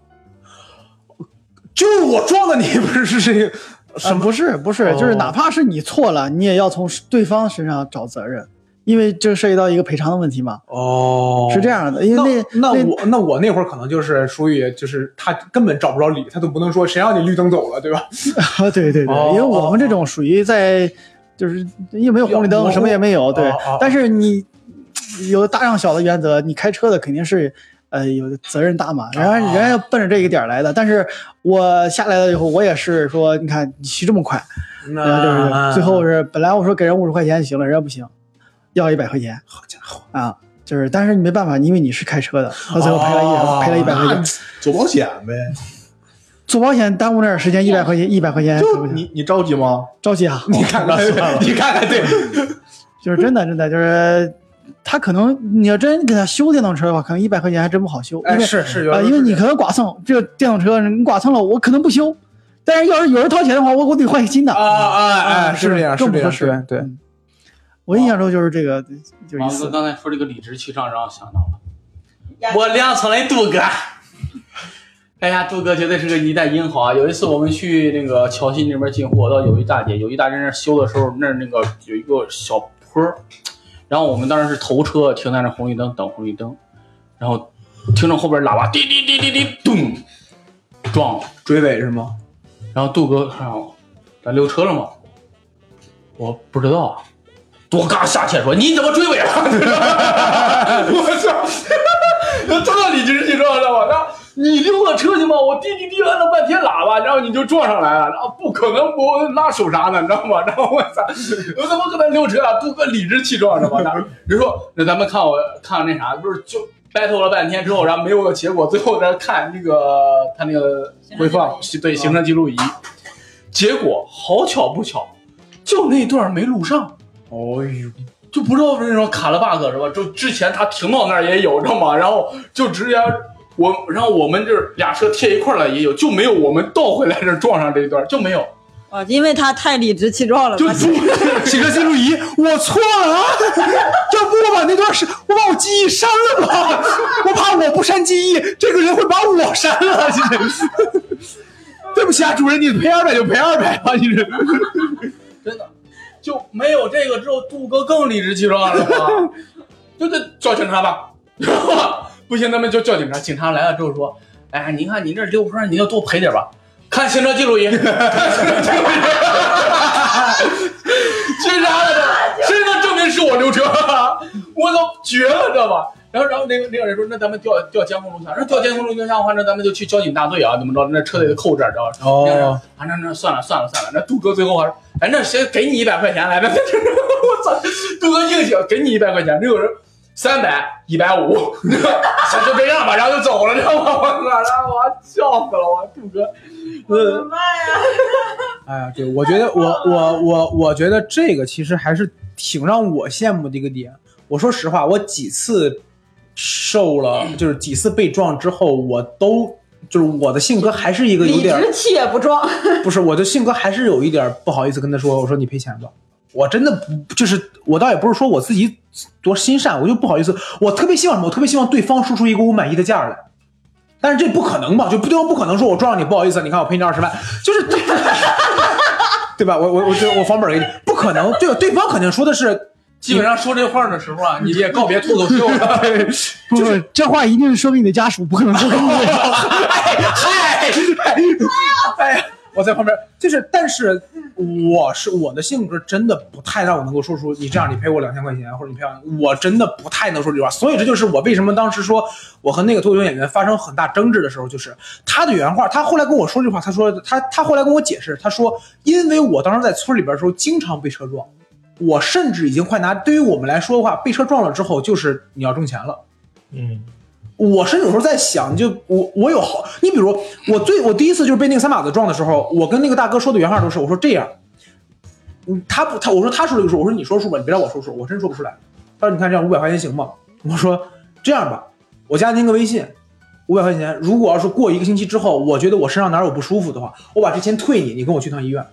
Speaker 3: 就是我撞的你，不是是这个
Speaker 6: 什呃不是不是，就是哪怕是你错了，你也要从对方身上找责任，因为这涉及到一个赔偿的问题嘛，
Speaker 3: 哦，
Speaker 6: 是这。样的。因
Speaker 3: 那
Speaker 6: 为那
Speaker 3: 那我那我那会儿可能就是属于就是他根本找不着理，他都不能说谁让你绿灯走了，对吧？
Speaker 6: 啊， 对对对，
Speaker 3: 哦
Speaker 6: 因为我们这种属于在，就是又没有红绿
Speaker 3: 比较模糊
Speaker 6: 灯，什么也没有，对。
Speaker 3: 哦哦
Speaker 6: 但是你有大让小的原则，你开车的肯定是，呃，有责任大嘛。人
Speaker 3: 哦
Speaker 6: 家、人家奔着这个点儿来的，但是我下来了以后，我也是说，你看你骑这么快，
Speaker 3: 嗯
Speaker 6: 然后就是最后是本来我说给人五十块钱行了，人家不行，要一百块钱
Speaker 3: 好家伙，
Speaker 6: 啊。就是，但是你没办法，因为你是开车的，到最后赔了一、
Speaker 3: 哦
Speaker 6: 赔了一百块钱，
Speaker 1: 走保险呗。
Speaker 6: 做保险耽误那点儿时间，一百块钱，一百块钱，
Speaker 1: 就你你着急吗？
Speaker 6: 着急啊！
Speaker 3: 你看看， 你看看，对，
Speaker 6: 就是真的，真的就是，他可能你要真给他修电动车的话，可能一百块钱还真不好修，因
Speaker 3: 哎，
Speaker 6: 为
Speaker 3: 是是，有
Speaker 6: 啊、
Speaker 3: 人
Speaker 6: 因为
Speaker 3: 是
Speaker 6: 你可能剐蹭这个电动车，你剐蹭了，我可能不修，但是要是有人掏钱的话，我我得换一个新的。
Speaker 3: 啊啊哎，
Speaker 6: 啊
Speaker 3: 是这样，是
Speaker 6: 更
Speaker 3: 这
Speaker 6: 不
Speaker 3: 样，
Speaker 6: 合
Speaker 3: 是这
Speaker 6: 适
Speaker 3: 样。对，
Speaker 6: 嗯我印象中就是这个，就一
Speaker 2: 王哥
Speaker 6: 次。
Speaker 2: 刚才说这个理直气壮，让我想到了。
Speaker 5: 呀
Speaker 2: 我亮成了杜哥。哎呀，杜哥绝对是个一代英豪啊！有一次我们去那个桥西那边进货，到友谊大街，友谊大街那儿修的时候，那儿那个有一个小坡儿，然后我们当时是头车停在那红绿灯等红绿灯，然后听着后边喇叭滴滴滴滴滴咚撞了，
Speaker 3: 追尾是吗？
Speaker 2: 然后杜哥看我，咱溜车了吗？我不知道啊，杜刚下去说你怎么追尾了？
Speaker 3: 我操！
Speaker 2: 那这理直气壮，知道吧？那你溜了车去吗？我滴滴滴按了半天喇叭，然后你就撞上来了，然后不可能我拉手刹呢，你知道吗？ 然后我操，我怎么可能溜车啊？杜哥理直气壮，知道吧？那人说，那咱们看我看那啥，不是就 battle 了半天之后，然后没有个结果，最后在那看那个他那个回放，对行车记录仪，结果好巧不巧，就那段没录上。
Speaker 3: 哦呦，
Speaker 2: 就不知道为什么卡了 bug 是吧？就之前他停到那儿也有，知道吗？然后就直接我，然后我们这俩车贴一块儿了也有，就没有我们倒回来这撞上这一段就没有，
Speaker 5: 哇，因为他太理直气壮了，
Speaker 2: 就
Speaker 5: 他
Speaker 3: 行车记录仪，我错了啊！要不我把那段时，我把我记忆删了吧？我怕我不删记忆，这个人会把我删了。这是， 对不起啊，主任，你赔二百就赔二百吧，你这。
Speaker 2: 真的就没有这个之后，杜哥更理直气壮了嘛，就得叫警察吧， 不行，咱们就叫警察。警察来了之后说，哎，你看你这溜坡，你就多赔点吧。看行车记录仪， 看行车记录仪，这啥来着？谁能证明是我溜车？我操，绝了，知道吧？然后然后那个那个人说，那咱们调调监控录像，那调监控录像的话，那咱们就去交警大队啊，怎么着？那车得扣这儿，知道吧？那
Speaker 3: 哦
Speaker 2: 人，反正啊那算了算了算了，那杜哥最后还是，哎，那谁给你一百块钱来着？那就是 我操，杜哥硬挺，给你一百块钱，那个人三百一百五，行就这样吧，然后就走了，知道吗？我操，然后我笑死了，我杜哥，呃
Speaker 5: 我的妈呀！
Speaker 3: 哎呀，对，我觉得我我我我觉得这个其实还是挺让我羡慕的一个点。我说实话，我几次受了，就是几次被撞之后，我都就是我的性格还是一个有
Speaker 5: 理
Speaker 3: 点
Speaker 5: 直气也不 撞，
Speaker 3: 不是我的性格还是有一点不好意思跟他说，我说你赔钱吧。我真的不就是我倒也不是说我自己多心善，我就不好意思，我特别希望什么，我特别希望对方说出一个我满意的价来。但是这不可能吧？就对方不可能说我撞了你，不好意思，你看我赔你二十万，就是 对吧？我我我就我房本给你，不可能。对吧，对方肯定说的是
Speaker 2: 基本上说这话的时候啊，你也告别脱口 秀了。
Speaker 6: 不是这话一定是说明你的家属，不可能 说给你。
Speaker 3: 嗨嗨，哎呀，我在旁边，就是，但是我是我的性格真的不太让我能够说出你这样，你赔我两千块钱，或者你赔我，我真的不太能说这句话。所以这就是我为什么当时说我和那个脱口秀演员发生很大争执的时候，就是他的原话，他后来跟我说这句话，他说他他后来跟我解释，他说因为我当时在村里边的时候经常被车撞。我甚至已经快拿，对于我们来说的话，被车撞了之后，就是你要挣钱了。
Speaker 1: 嗯，
Speaker 3: 我甚至有时候在想，就我我有好，你比如我最我第一次就是被那个三把子撞的时候，我跟那个大哥说的原话都是，我说这样，嗯，他不他我说他说这个数，我说你说数吧，你别让我说数，我真说不出来。他说你看这样五百块钱行吗？我说这样吧，我加您个微信，五百块钱，如果要是过一个星期之后，我觉得我身上哪儿有不舒服的话，我把这钱退你，你跟我去趟医院。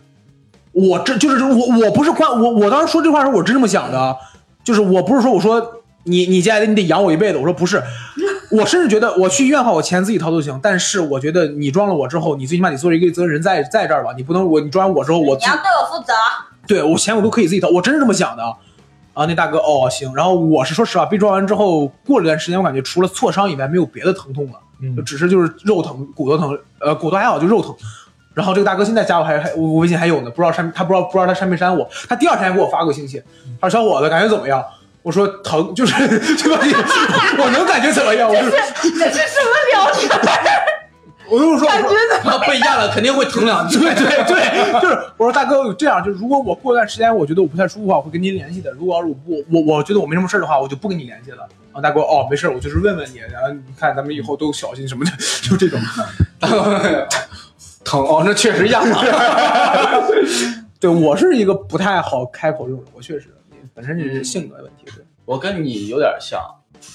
Speaker 3: 我这就是我我不是夸我我当时说这话的时候我真这么想的啊，就是我不是说我说你你接下来你得养我一辈子，我说不是，我甚至觉得我去医院的话我钱自己掏都行，但是我觉得你撞了我之后，你最起码得做一个责任人在在这儿吧，你不能我你撞完我之后我
Speaker 5: 你要对我负责。
Speaker 3: 对我钱我都可以自己掏，我真是这么想的啊。啊，那大哥哦行，然后我是说实话，被撞完之后，过了段时间，我感觉除了挫伤以外，没有别的疼痛了，
Speaker 1: 嗯
Speaker 3: 就只是就是肉疼、骨头疼，呃，骨头还好，就肉疼。然后这个大哥现在加我还还我微信还有呢，不知道删他不知道不知道他删没删我，他第二天还给我发过信息，他说小伙子感觉怎么样？我说疼，就是 这个，我能感觉怎么样？我就
Speaker 5: 这是什么聊天？
Speaker 3: 我就说我说
Speaker 2: 他被压了肯定会疼两
Speaker 3: 对对对，就是我说大哥这样，就是如果我过段时间我觉得我不太舒服的话，我会跟您联系的。如果要是我不我我觉得我没什么事儿的话，我就不跟你联系了。啊，大哥哦，没事儿，我就是问问你，然后你看咱们以后都小心什么的，就这种。
Speaker 2: 疼哦，那确实压伤了。
Speaker 3: 对我是一个不太好开口这种人，我确实本身就是性格的问题。对，
Speaker 2: 我跟你有点像，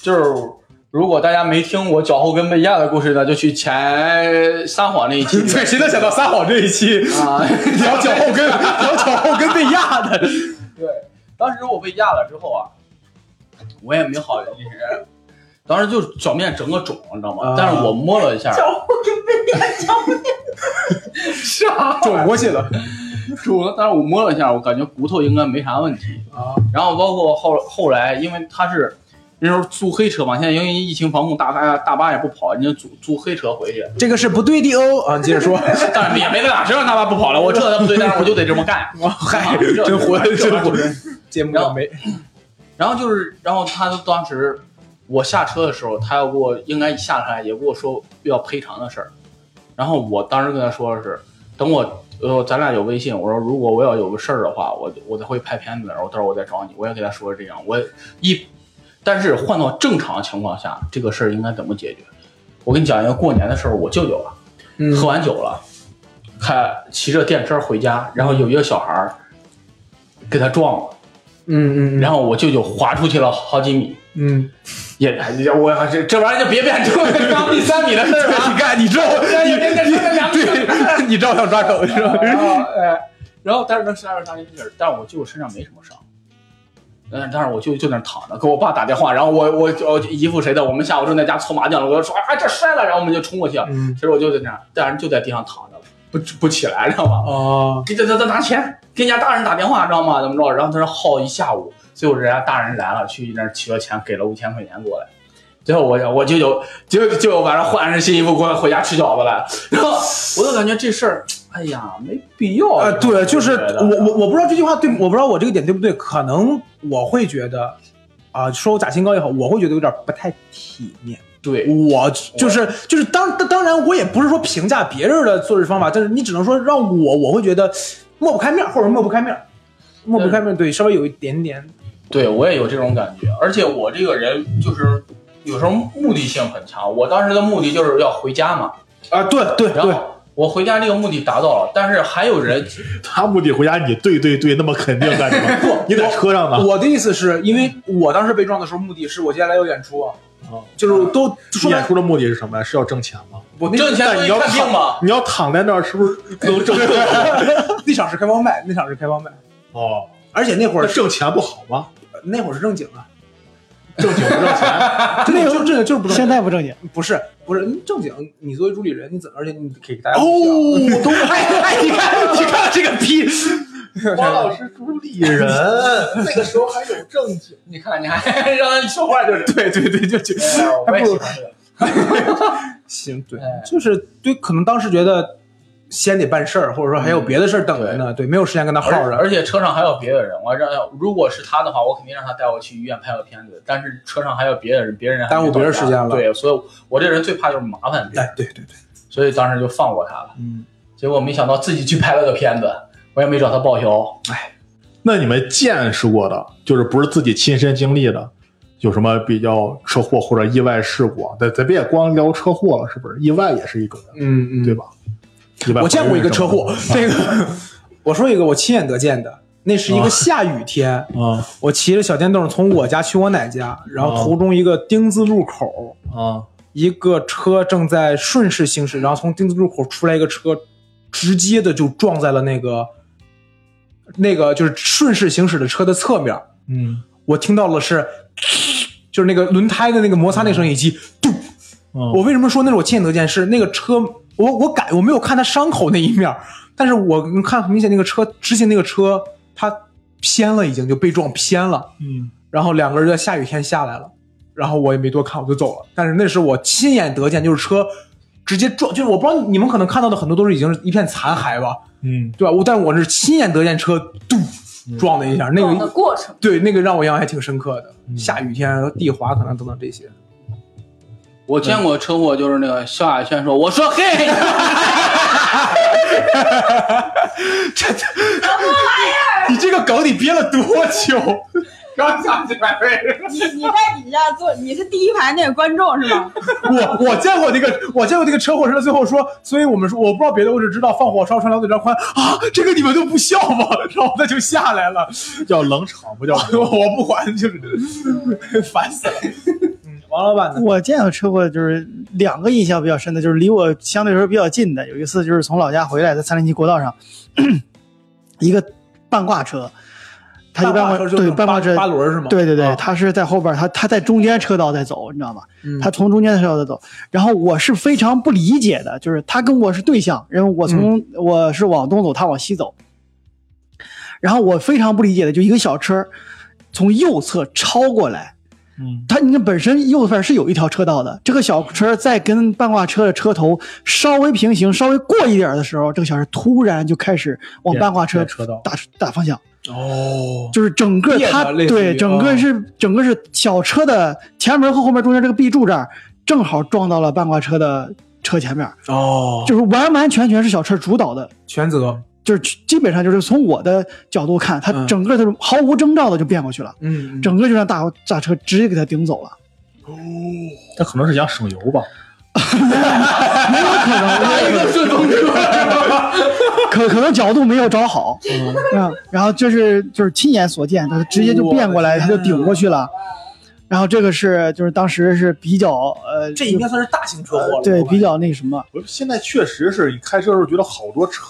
Speaker 2: 就是如果大家没听我脚后跟被压的故事呢，就去前撒谎那一 期
Speaker 3: 对，谁能想到撒谎这一期
Speaker 2: 啊？
Speaker 3: 聊脚后跟，聊脚后跟被压的？
Speaker 2: 对，当时我被压了之后啊，我也没好意思，当时就脚面整个肿，你知道吗？
Speaker 3: 啊
Speaker 2: 但是我摸了一下，
Speaker 3: 肿过去了
Speaker 2: 肿了，但是我摸了一下，我感觉骨头应该没啥问题。
Speaker 3: 啊！
Speaker 2: 然后包括后后来，因为他是那时候租黑车嘛，现在因为疫情防控，大大大巴也不跑，人家租租黑车回去，
Speaker 3: 这个是不对的哦啊！你接着说，
Speaker 2: 但是也没办法，谁让大巴不跑了？我知道他不对，但是我就得这么干。
Speaker 3: 哇嗨，
Speaker 2: 这
Speaker 3: 真活
Speaker 2: 这
Speaker 3: 真活，节目
Speaker 2: 然后
Speaker 3: 没
Speaker 2: 然后就是，然后他当时我下车的时候，他要给我应该下来也跟我说要赔偿的事儿，然后我当时跟他说的是，等我呃咱俩有微信，我说如果我要有个事儿的话，我我再会拍片子的，我到时候我再找你，我也给他说这样，我一但是换到正常情况下，这个事儿应该怎么解决？我跟你讲一个过年的时候，我舅舅啊，
Speaker 3: 嗯
Speaker 2: 喝完酒了，开骑着电车回家，然后有一个小孩儿给他撞了，
Speaker 3: 嗯嗯，
Speaker 2: 然
Speaker 3: 后
Speaker 2: 后我舅舅滑出去了好几米。
Speaker 3: 嗯，
Speaker 2: 也，我这这玩意儿就别变成刚第三米的事儿了。
Speaker 3: 你看，你知道，
Speaker 2: 哎呀这这这这两米
Speaker 3: 对，你知道想抓手是吧？
Speaker 2: 然后，哎，然后但是能杀人杀人事儿，但是我舅身上没什么伤。但是，但是我舅就那儿躺着，给我爸打电话，然后我我我姨父谁的，我们下午正在家搓麻将了，我就说啊这摔了，然后我们就冲过去了。
Speaker 3: 嗯
Speaker 2: 其实我舅在那儿，但是就在地上躺着，不不起来，知道吗？
Speaker 3: 哦，
Speaker 2: 给他他他拿钱，给人家大人打电话，知道吗？怎么着？然后他说耗一下午，最后人家大人来了，去那儿取了钱，给了五千块钱过来。最后我我舅舅舅舅晚上换上新衣服过来回家吃饺子来，然后我就感觉这事儿，哎呀，没必要。
Speaker 3: 呃，对，就是
Speaker 2: 觉得
Speaker 3: 我我我不知道这句话对，我不知道我这个点对不对，可能我会觉得啊、说我假清高也好，我会觉得有点不太体面。
Speaker 2: 对，
Speaker 3: 我就是就是当当当然，我也不是说评价别人的做事方法，但是你只能说让我我会觉得抹不开面儿，或者抹不开面儿，抹不开面儿，对，稍微有一点点，
Speaker 2: 对我也有这种感觉，而且我这个人就是有时候目的性很强，我当时的目的就是要回家嘛，
Speaker 3: 啊，对对
Speaker 2: 然
Speaker 3: 对，
Speaker 2: 后我回家这个目的达到了，但是还有人
Speaker 1: 他目的回家，你对对对，那么肯定干什么？
Speaker 3: 不，
Speaker 1: 你在车上呢？
Speaker 3: 我的意思是因为我当时被撞的时候，目的是我接下来有演出啊，
Speaker 1: 哦
Speaker 3: 就是都说
Speaker 1: 演
Speaker 3: 白，啊
Speaker 1: 出的目的是什么呀？是要挣钱吗？
Speaker 3: 我那
Speaker 2: 挣钱
Speaker 1: 但
Speaker 2: 可
Speaker 1: 你
Speaker 2: 以
Speaker 1: 要
Speaker 2: 看病
Speaker 1: 躺
Speaker 2: 嘛，，
Speaker 1: 你要躺在那儿，是不是能挣？
Speaker 3: 那场是开放麦，那场是开放麦，
Speaker 1: 哦，
Speaker 3: 而且那会
Speaker 1: 那
Speaker 3: 儿
Speaker 1: 挣钱不好 吗？
Speaker 3: 那会儿是正经啊，
Speaker 1: 挣钱不挣钱？
Speaker 3: 就那就正经就是不正
Speaker 6: 现
Speaker 3: 经，
Speaker 6: 在不正经，
Speaker 3: 不是不是嗯正经，你作为主理人，你怎么而且你给大家
Speaker 1: 哦，我都
Speaker 3: 哎哎，你看，你看这个逼，
Speaker 1: 王老师主理人，那个时候还有正经。
Speaker 2: 你看你还 让他说话就是，
Speaker 3: 对对对，就就
Speaker 2: 哎呀我也喜欢这个。
Speaker 3: 行，对
Speaker 2: 哎，
Speaker 3: 就是对，可能当时觉得先得办事儿，或者说还有别的事儿等着呢，对，没有时间跟他耗
Speaker 2: 而
Speaker 3: 着。
Speaker 2: 而且车上还有别的人，我还让如果是他的话，我肯定让他带我去医院拍个片子。但是车上还有别的人，别人还
Speaker 3: 耽误
Speaker 2: 没到
Speaker 3: 别人时间
Speaker 2: 家
Speaker 3: 了
Speaker 2: 对，所以我这人最怕就是麻烦别人，
Speaker 3: 哎，对对对，
Speaker 2: 所以当时就放过他了。
Speaker 3: 嗯，
Speaker 2: 结果没想到自己去拍了个片子，我也没找他报销。
Speaker 1: 那你们见识过的，就是不是自己亲身经历的，有什么比较车祸或者意外事故啊？咱咱别光聊车祸了，是不是？意外也是一种人，
Speaker 3: 嗯嗯，
Speaker 1: 对吧？嗯意外
Speaker 3: 我见过一
Speaker 1: 怀
Speaker 3: 个
Speaker 1: 孕
Speaker 3: 车
Speaker 1: 什么
Speaker 3: 祸，这个我说一个我亲眼得见的，那是一个下雨天，
Speaker 1: 啊
Speaker 3: 我骑着小电动从我家去我奶家，然后途中一个丁字路口，
Speaker 1: 啊
Speaker 3: 一个车正在顺势行驶，然后从丁字路口出来一个车，直接的就撞在了那个那个就是顺势行驶的车的侧面。
Speaker 1: 嗯
Speaker 3: 我听到了是，就是那个轮胎的那个摩擦那个声音，以及嘟。
Speaker 1: 嗯
Speaker 3: 我为什么说那是我亲眼得见？是那个车，我我感我没有看它伤口那一面儿，但是我能看很明显那个车直行那个车它偏了，已经就被撞偏了。
Speaker 1: 嗯，
Speaker 3: 然后两个人在下雨天下来了，然后我也没多看，我就走了。但是那是我亲眼得见，就是车直接撞，就是我不知道你们可能看到的很多都是已经是一片残骸吧，
Speaker 1: 嗯，
Speaker 3: 对吧？我但我是亲眼得见车嘟撞的一下，那
Speaker 4: 撞的
Speaker 3: 个
Speaker 4: 过程，
Speaker 3: 对那个让我印象还挺深刻的。下雨天、地滑可能等等这些，
Speaker 2: 我见过车祸，就是那个萧亚轩说：“我说嘿， 哎
Speaker 3: 你这个梗你憋了多久？
Speaker 2: 刚想起来，
Speaker 5: 你你在底下坐，你是第一排那个观众是 吧？
Speaker 3: 我我见过那个，我见过那个车祸车，最后说，所以我们说，我不知道别的，我只知道放火烧船两腿张宽啊，这个你们都不笑吗？然后他就下来了，
Speaker 1: 叫冷场不叫
Speaker 3: 我不管，就是烦死了。嗯，王老板呢？
Speaker 6: 我见到车祸就是两个印象比较深的，就是离我相对来说比较近的。有一次就是从老家回来，在三零七国道上，一个半挂车，他一般
Speaker 3: 挂
Speaker 6: 会
Speaker 3: 车就是
Speaker 6: 对
Speaker 3: 那种
Speaker 6: 半挂
Speaker 3: 八
Speaker 6: 车
Speaker 3: 八轮是吗？
Speaker 6: 对对
Speaker 3: 啊
Speaker 6: 对，他是在后边，他他在中间车道在走，你知道吗
Speaker 3: 嗯？
Speaker 6: 他从中间车道在走，然后我是非常不理解的，就是他跟我是对向，因为我从
Speaker 1: 嗯
Speaker 6: 我是往东走，他往西走，然后我非常不理解的，就一个小车从右侧超过来。
Speaker 1: 嗯，
Speaker 6: 他你看本身右边是有一条车道的，这个小车在跟半挂车的车头稍微平行、稍微过一点的时候，这个小车突然就开始往
Speaker 1: 变
Speaker 6: 半挂车
Speaker 1: 变车道
Speaker 6: 打打方向。
Speaker 3: 哦，
Speaker 6: 就是整个
Speaker 3: 裂
Speaker 6: 它
Speaker 3: 的类似于
Speaker 6: 对整
Speaker 3: 哦
Speaker 6: 个是、整个是小车的前门和后面中间这个 B 柱这儿，正好撞到了半挂车的车前面，
Speaker 3: 哦，
Speaker 6: 就是完完全全是小车主导的，
Speaker 3: 全责，
Speaker 6: 就是基本上就是从我的角度看，它
Speaker 3: 嗯
Speaker 6: 整个就是毫无征兆的就变过去了，
Speaker 3: 嗯，
Speaker 6: 整个就让大大车直接给它顶走了，
Speaker 1: 他可能是想省油吧？
Speaker 6: 没有可能，没有可能
Speaker 2: 顺风 车。
Speaker 6: 可可能角度没有找好， 嗯，然后就是就是亲眼所见，它直接就变过
Speaker 3: 我
Speaker 6: 来，
Speaker 3: 的
Speaker 6: 它
Speaker 3: 天
Speaker 6: 就顶过去了。然后这个是就是当时是比较呃，
Speaker 3: 嗯这应该算是大型车祸了，
Speaker 6: 对
Speaker 3: 我感觉
Speaker 6: 比较那个什么，
Speaker 1: 我现在确实是你开车的时候觉得好多车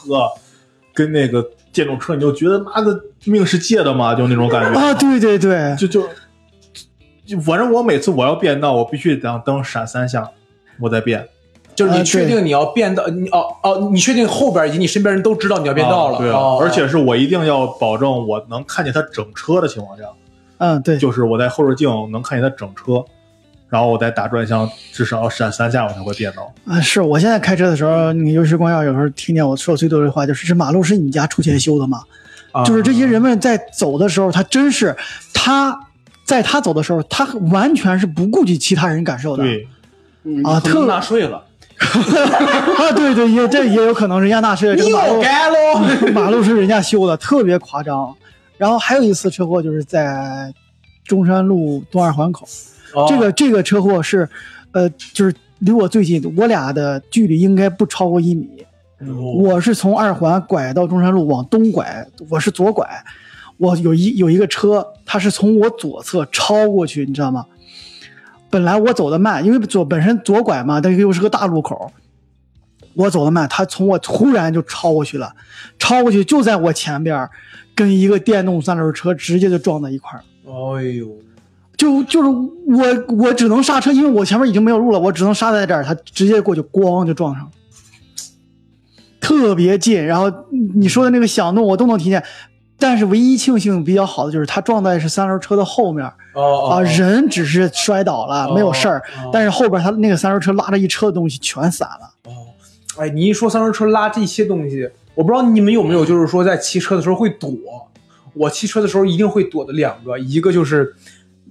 Speaker 1: 跟那个电动车，你就觉得妈的命是借的嘛，就那种感觉
Speaker 6: 啊，对对对，
Speaker 1: 就就就，反正我每次我要变道，我必须得让灯闪三下，我再变。
Speaker 3: 就是你
Speaker 6: 呃
Speaker 3: 确
Speaker 6: 对
Speaker 3: 定你要变道，你哦哦，你确定后边以及你身边人都知道你要变道了，
Speaker 1: 啊对啊
Speaker 3: 哦
Speaker 1: 而且是我一定要保证我能看见他整车的情况下，
Speaker 6: 嗯，对，
Speaker 1: 就是我在后视镜能看见他整车，然后我再打转向，至少要闪三下我才会变道。
Speaker 6: 啊，是我现在开车的时候，你尤其是光耀，有时候听见我说最多的话就是：“这马路是你家出钱修的吗？”
Speaker 3: 啊
Speaker 6: 就是这些人们在走的时候，他真是他。在他走的时候，他完全是不顾及其他人感受的。
Speaker 1: 对，
Speaker 3: 可
Speaker 6: 啊，
Speaker 3: 能
Speaker 6: 特
Speaker 3: 哦纳税了，
Speaker 6: 啊，对对，也这也有可能人家纳税，这个马路
Speaker 3: 该喽。
Speaker 6: 马路是人家修的，特别夸张。然后还有一次车祸就是在中山路东二环口，
Speaker 3: 哦
Speaker 6: 这个这个车祸是，呃，就是离我最近，我俩的距离应该不超过一米。
Speaker 3: 哦
Speaker 6: 我是从二环拐到中山路往东拐，我是左拐，我有一有一个车，它是从我左侧超过去，你知道吗？本来我走的慢，因为左本身左拐嘛，但是又是个大路口，我走的慢，他从我突然就超过去了，超过去就在我前边儿，跟一个电动三轮车直接就撞在一块儿了。
Speaker 3: 哎呦，
Speaker 6: 就就是我我只能刹车，因为我前面已经没有路了，我只能刹在这儿，他直接过去，咣就撞上了，特别近。然后你说的那个响动我都能听见，但是唯一庆幸比较好的就是他撞在是三轮车的后面
Speaker 3: 哦哦
Speaker 6: 啊，人只是摔倒了，没有事儿，但是后边他那个三轮车拉着一车的东西全散了。
Speaker 3: 哎，你一说三轮车拉这些东西，我不知道你们有没有，就是说在骑车的时候会躲。我骑车的时候一定会躲的两个，一个就是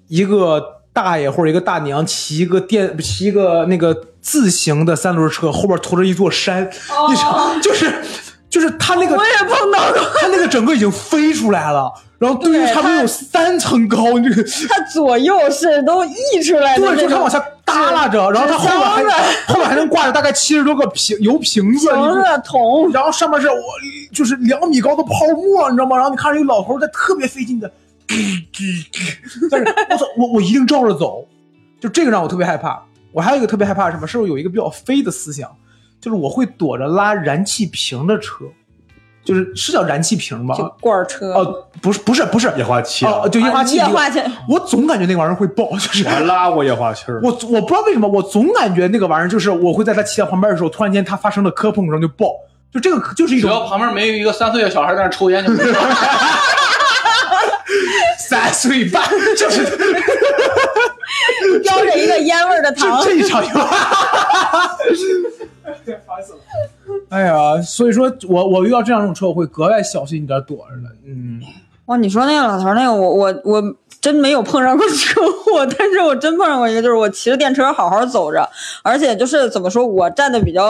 Speaker 3: 一个大爷或者一个大娘骑一个电骑一个那个自行的三轮车，后边驮着一座山，你知道，就是就是他那个哦我也碰到过，他那个整个已经飞出来了，然后对于
Speaker 5: 对
Speaker 3: 差不多
Speaker 5: 他
Speaker 3: 有三层高，这个
Speaker 5: 它左右是都溢出来的
Speaker 3: 对，
Speaker 5: 那
Speaker 3: 就它
Speaker 5: 种
Speaker 3: 往。下耷拉着，然后它后面
Speaker 5: 纸箱
Speaker 3: 还后面还能挂着大概七十多个瓶油瓶子，
Speaker 5: 瓶子桶，
Speaker 3: 然后上面是我就是两米高的泡沫，你知道吗？然后你看着一个老头在特别费劲的，但是我操，我我一定照着走，就这个让我特别害怕。我还有一个特别害怕是什么？是我有一个比较飞的思想，就是我会躲着拉燃气瓶的车，就是是叫燃气瓶吧？
Speaker 5: 就罐儿车。
Speaker 3: 啊哦，不是不是不是，
Speaker 1: 液化气啊
Speaker 3: 哦，就液化气，
Speaker 5: 啊液化气
Speaker 3: 我总感觉那玩意儿会爆，就是
Speaker 1: 我还拉过液化气儿，
Speaker 3: 我我不知道为什么，我总感觉那个玩意儿就是我会在他骑到旁边的时候，突然间它发生了磕碰声就爆，就这个就是一
Speaker 2: 只
Speaker 3: 种
Speaker 2: 要旁边没有一个三岁的小孩在那抽烟就没事。
Speaker 3: 三岁半，就是
Speaker 5: 叼着一个烟味儿的糖
Speaker 3: 这，这一场哈哈哈 哎呀，所以说我我遇到这样一种车，我会格外小心一点躲着的。嗯，
Speaker 5: 哇，哦你说那个老头儿那个，我我我真没有碰上过 车祸，但是我真碰上过一个，就是我骑着电车好好走着，而且就是怎么说，我站的比较。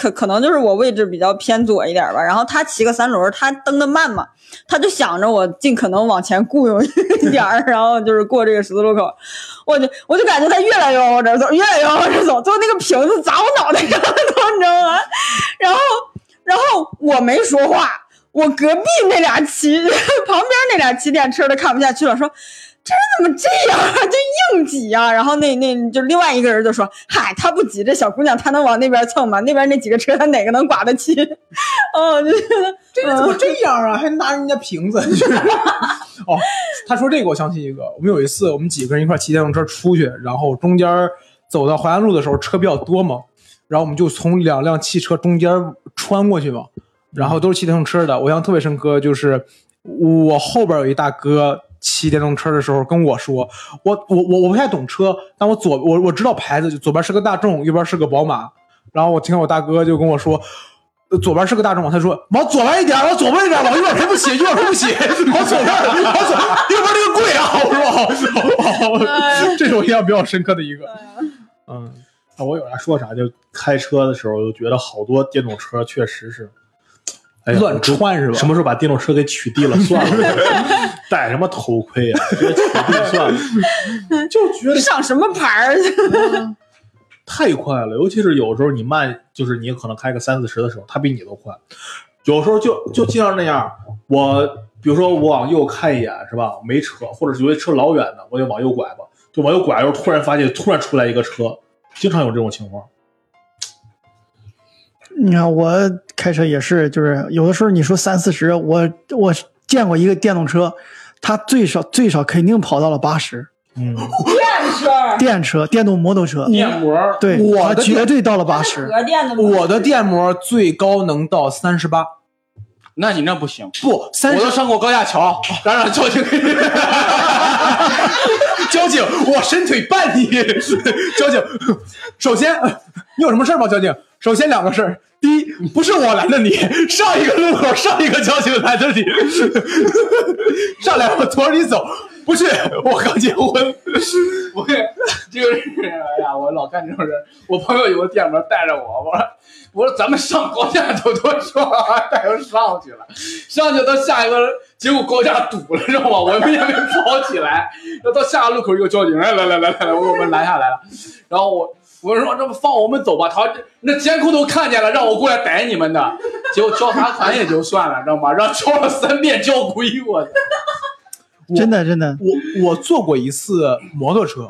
Speaker 5: 可可能就是我位置比较偏左一点吧，然后他骑个三轮儿，他蹬的慢嘛，他就想着我尽可能往前雇佣 一点儿，然后就是过这个十字路口，我就我就感觉他越来越往我这儿走，越来越往我这儿走，最后那个瓶子砸我脑袋上了 都，你知道吗？然后然后我没说话，我隔壁那俩骑 旁边那俩骑电车的看不下去了，说。这人怎么这样啊？ 就硬挤啊！然后那那就另外一个人就说：“嗨，他不挤，这小姑娘她能往那边蹭吗？那边那几个车，她哪个能刮得起？” 哦，就觉得
Speaker 3: 这人怎么这样啊？还拿人家瓶子？ 哦，他说这个我想起一个，我们有一次我们几个人一块骑电动车出去，然后中间走到淮安路的时候车比较多嘛，然后我们就从两辆汽车中间穿过去嘛，然后都是骑电动车的。我印象特别深刻，就是我后边有一大哥。骑电动车的时候跟我说，我我我我不太懂车，但我左我我知道牌子，就左边是个大众，右边是个宝马。然后我听到我大哥就跟我说，呃左边是个大众，他说往左边一点，往左边一点，往右边赔不起，右边赔不起，往左边，往左，右边那个贵啊！我说好，好，好， 这是我印象比较深刻的一个。嗯，
Speaker 1: 啊，我有啥说啥，就开车的时候就觉得好多电动车确实是，哎呀，
Speaker 3: 乱窜是吧？
Speaker 1: 什么时候把电动车给取缔了算 了，戴什么头盔啊，直接取缔算了，
Speaker 3: 就觉得
Speaker 5: 上什么牌儿？
Speaker 1: 太快了，尤其是有时候你慢，就是你可能开个三四十的时候，它比你都快，有时候就就尽量那样，我比如说我往右看一眼是吧，没车，或者是觉得车老远的，我就往右拐吧，就往右拐的时候突然发现突然出来一个车，经常有这种情况，
Speaker 6: 你看我开车也是，就是有的时候你说三四十，我我见过一个电动车，它最少最少肯定跑到了八十，
Speaker 1: 嗯，
Speaker 6: 电车电动摩托车，
Speaker 2: 面膜儿
Speaker 6: 对，
Speaker 3: 我
Speaker 6: 它
Speaker 3: 的
Speaker 6: 绝
Speaker 3: 电
Speaker 6: 对到了八十。
Speaker 5: 电的
Speaker 3: 我的电摩最高能到三十八，
Speaker 2: 那你那不行，
Speaker 3: 不
Speaker 2: 我
Speaker 3: 三十
Speaker 2: 都上过高架桥， 咱俩交情。
Speaker 3: 交警，我伸腿绊你。交警，首先你有什么事儿吗？交警，首先两个事儿，第一，不是我拦的你， 上一个路口上一个交警拦的你，上来我驮着你走。
Speaker 1: 不是，我刚结婚，
Speaker 2: 我也就是，哎呀，我老干这种事儿。我朋友有个店门带着我，我说我说咱们上高架走多爽啊，带我上去了，上去到下一个，结果高架堵了，知道吗？我们也没跑起来，然后到下个路口又交警来来来来来来，我给我们拦下来了，然后我。我说这不放我们走吧，他说那监控都看见了，让我过来逮你们的。结果交罚款也就算了，知道吗？让交了三遍交规，我操
Speaker 6: 真的真的，
Speaker 3: 我我坐过一次摩托车，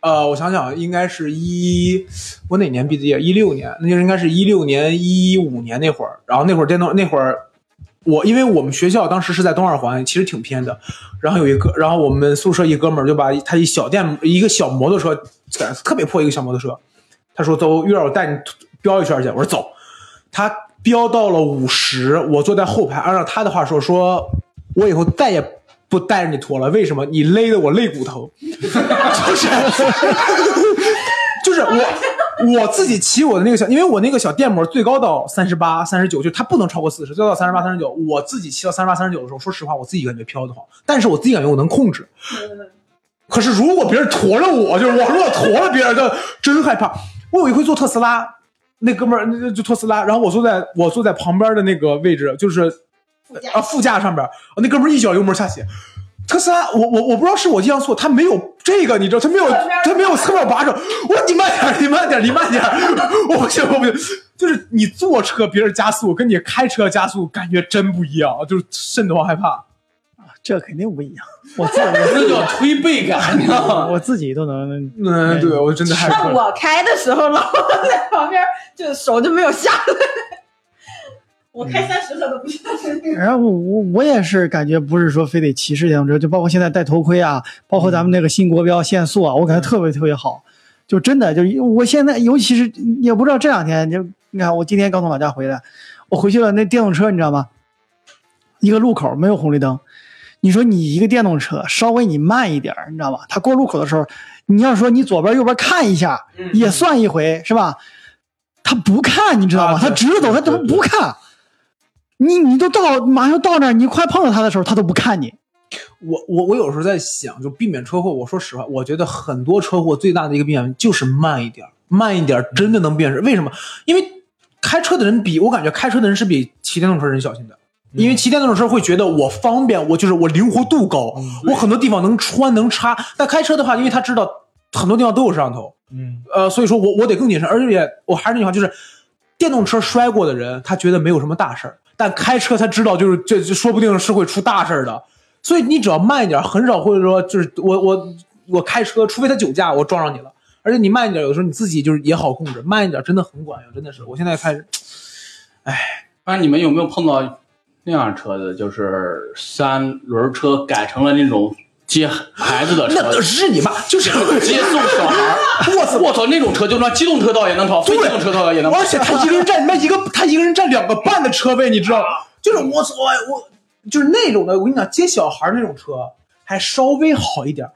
Speaker 3: 呃，我想想，应该是一我哪年毕业？一六年，那就是应该是一六年、一五年那会儿。然后那会儿电动那会儿，我因为我们学校当时是在东二环，其实挺偏的。然后有一个，然后我们宿舍一哥们儿就把他一小电一个小摩托车，特别破一个小摩托车，他说走，月儿我带你飙一圈去。我说走，他飙到了五十，我坐在后排，按照他的话说，说我以后再也不带着你拖了，为什么？你勒得我肋骨头， 就是就是我我自己骑我的那个小，因为我那个小电摩最高到三十八、三十九，就它不能超过四十，最高到三十八、三十九。我自己骑到三十八、三十九的时候，说实话，我自己感觉飘得慌，但是我自己感觉我能控制。可是如果别人驮着我，就是我如果驮着别人，就真害怕。我有一回坐特斯拉，那哥们儿那就特斯拉，然后我坐在我坐在旁边的那个位置，就是啊副驾上边儿，那哥们儿一脚油门下去。特斯拉，我我我不知道是我印象错，他没有这个，你知道，他没有他没有侧面把手。我说你慢点儿，你慢点儿，你慢点儿，我不行，我不行。就是你坐车别人加速，跟你开车加速感觉真不一样，就是瘆得慌害怕。
Speaker 6: 这肯定不一样。我自 己
Speaker 2: 这叫推背感，你知道吗？
Speaker 6: 我自己都能
Speaker 3: 嗯，对，我真的害怕
Speaker 5: 那。我开的时候，老王在旁边就手就没有下来。我开三十他都不下来。
Speaker 6: 然后我我我也是感觉不是说非得歧视电动车，就包括现在戴头盔啊，包括咱们那个新国标限速啊，我感觉特别特别好，就真的就是我现在尤其是也不知道这两天就你看我今天刚从老家回来，我回去了那电动车你知道吗？一个路口没有红绿灯，你说你一个电动车稍微你慢一点儿，你知道吧？它过路口的时候，你要说你左边右边看一下也算一回是吧？他不看你知道吗？
Speaker 3: 啊
Speaker 6: 他直着走，他都不看。你你都到马上到那儿，你快碰到他的时候，他都不看你。
Speaker 3: 我我我有时候在想，就避免车祸。我说实话，我觉得很多车祸最大的一个避免就是慢一点儿，慢一点儿真的能辨识。为什么？因为开车的人比我感觉开车的人是比骑电动车人小心的。因为骑电动车会觉得我方便，我就是我灵活度高，我很多地方能穿能插。但开车的话，因为他知道很多地方都有摄像头，
Speaker 1: 嗯，
Speaker 3: 呃，所以说我我得更谨慎，而且我还是那句话，就是电动车摔过的人，他觉得没有什么大事儿，但开车他知道就是这这说不定是会出大事儿的，所以你只要慢一点，很少会说就是我我我开车，除非他酒驾，我撞上你了。而且你慢一点，有的时候你自己就是也好控制，慢一点真的很管用，真的是。我现在开始，
Speaker 2: 哎，你们有没有碰到那样车子，就是三轮车改成了那种接孩子的车
Speaker 3: 那是你妈， 就是
Speaker 2: 接送小孩儿？我操！我操！那种车就让机动车道也能跑，非
Speaker 3: 对
Speaker 2: 机动车道也能跑
Speaker 3: 而。且他一个人占你妈一个，他一个人占两个半的车位，你知道吗？就是我操，哎我我就是那种的，我跟你讲，接小孩那种车还稍微好一点儿，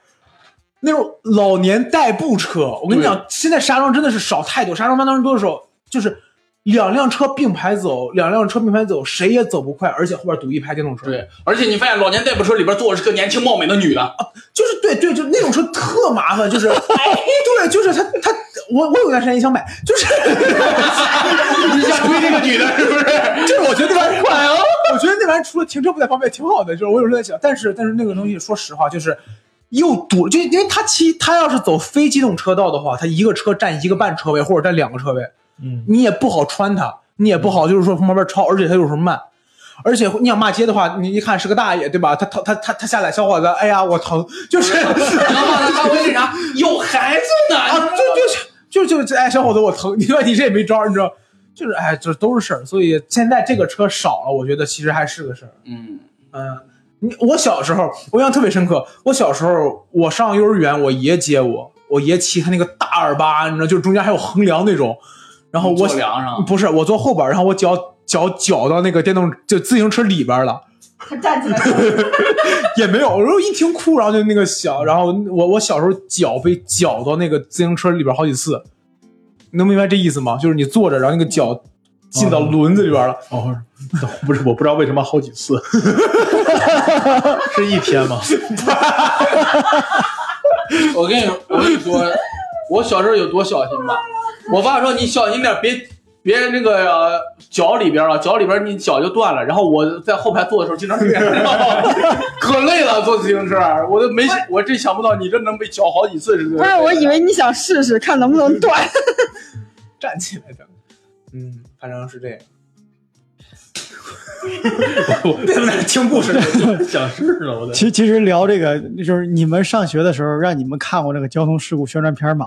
Speaker 3: 那种老年代步车，我跟你讲，现在石家庄真的是少太多，石家庄当时多的时候就是。两辆车并排走，两辆车并排走，谁也走不快，而且后边堵一排电动车。，
Speaker 2: 对，而且你发现老年代步车里边坐着是个年轻貌美的女的，
Speaker 3: 就是对对，就那种车特麻烦，就是，对，就是他他，我我有段时间也想买，就是，
Speaker 2: 你想追这个女的是不是？
Speaker 3: 就是我觉得那玩意儿， 我觉得那玩意儿除了停车不太方便，挺好的。就是我有时候在想，但是但是那个东西，说实话，就是又堵，就因为他骑他要是走非机动车道的话，他一个车占一个半车位或者占两个车位，
Speaker 1: 嗯，
Speaker 3: 你也不好穿它，你也不好就是说从旁边超，而且它有时候慢。而且你想骂街的话，你一看是个大爷，对吧？他他他他他下来，小伙子，哎呀，我疼，就是，
Speaker 2: 然后呢，他会那啥，有孩子呢。
Speaker 3: 啊，就就就就哎，小伙子，我疼，你说你这也没招儿，你知道，就是哎，这都是事儿。所以现在这个车少了，我觉得其实还是个事儿。
Speaker 2: 嗯，
Speaker 3: 嗯，你我小时候，我印象特别深刻。我小时候，我上幼儿园，我爷接我，我爷骑他那个大二八，你知道，就是中间还有横梁那种。然后我
Speaker 2: 坐梁啊上，
Speaker 3: 不是我坐后边儿，然后我脚脚绞到那个电动就自行车里边儿了，
Speaker 4: 他站起来，
Speaker 3: 也没有。我说一听哭，然后就那个想，然后我我小时候脚被绞到那个自行车里边儿好几次，能明白这意思吗？就是你坐着，然后那个脚进
Speaker 2: 嗯
Speaker 3: 到轮子里边了。
Speaker 1: 哦，不是，我不知道为什么好几次，是一天吗？
Speaker 2: 我跟你说，我跟你说，我小时候有多小心吧？我爸说你小心点，别别那个、呃脚里边啊，脚里边你脚就断了。然后我在后排坐的时候经常这样， 可累了坐自行车，我都没我真想不到你这能被绞好几次似的。
Speaker 5: 不是，我以为你想试试看能不能断。
Speaker 3: 站起来的。嗯，反正是这样。为什么在这听故事呢？
Speaker 1: 想试呢，我得。
Speaker 6: 其其实聊这个，就是你们上学的时候，让你们看过这个交通事故宣传片吗？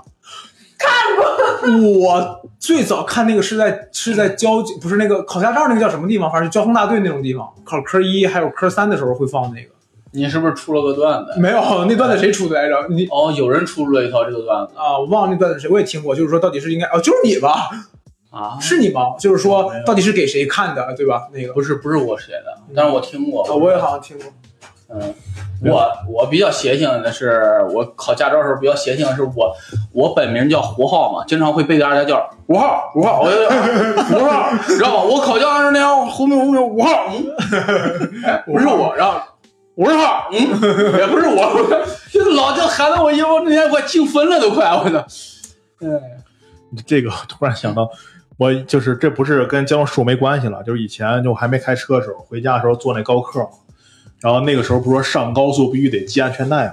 Speaker 3: 我最早看那个是在是在交警不是那个考驾照那个叫什么地方，反正交通大队那种地方，考科一还有科三的时候会放那个。
Speaker 2: 你是不是出了个段子？
Speaker 3: 没有，那段子谁出的来着？你
Speaker 2: 哦，有人出了一套这个段子
Speaker 3: 啊，我忘了那段子谁，我也听过，就是说到底是应该哦，就是你吧，
Speaker 2: 啊
Speaker 3: 是你吗？就是说
Speaker 2: 没有
Speaker 3: 到底是给谁看的，对吧？那个
Speaker 2: 不是不是我写的，但是我听过。
Speaker 3: 啊，我也好像听过。
Speaker 2: 嗯，我我比较邪性的是，我考驾照的时候比较邪性的是我我本名叫胡浩嘛，经常会被大家叫胡浩胡浩，我就胡浩，知道吧？我考驾照是那样，胡名胡名胡浩，嗯， 哎不是我，然后。我是浩，嗯，也不是我，就是老就喊得我爷我那天快气疯了都快，我操！
Speaker 1: 这个突然想到，我就是这不是跟交通事故没关系了，就是以前就还没开车的时候，回家的时候坐那高客嘛，然后那个时候不是说上高速必须得系安全带吗？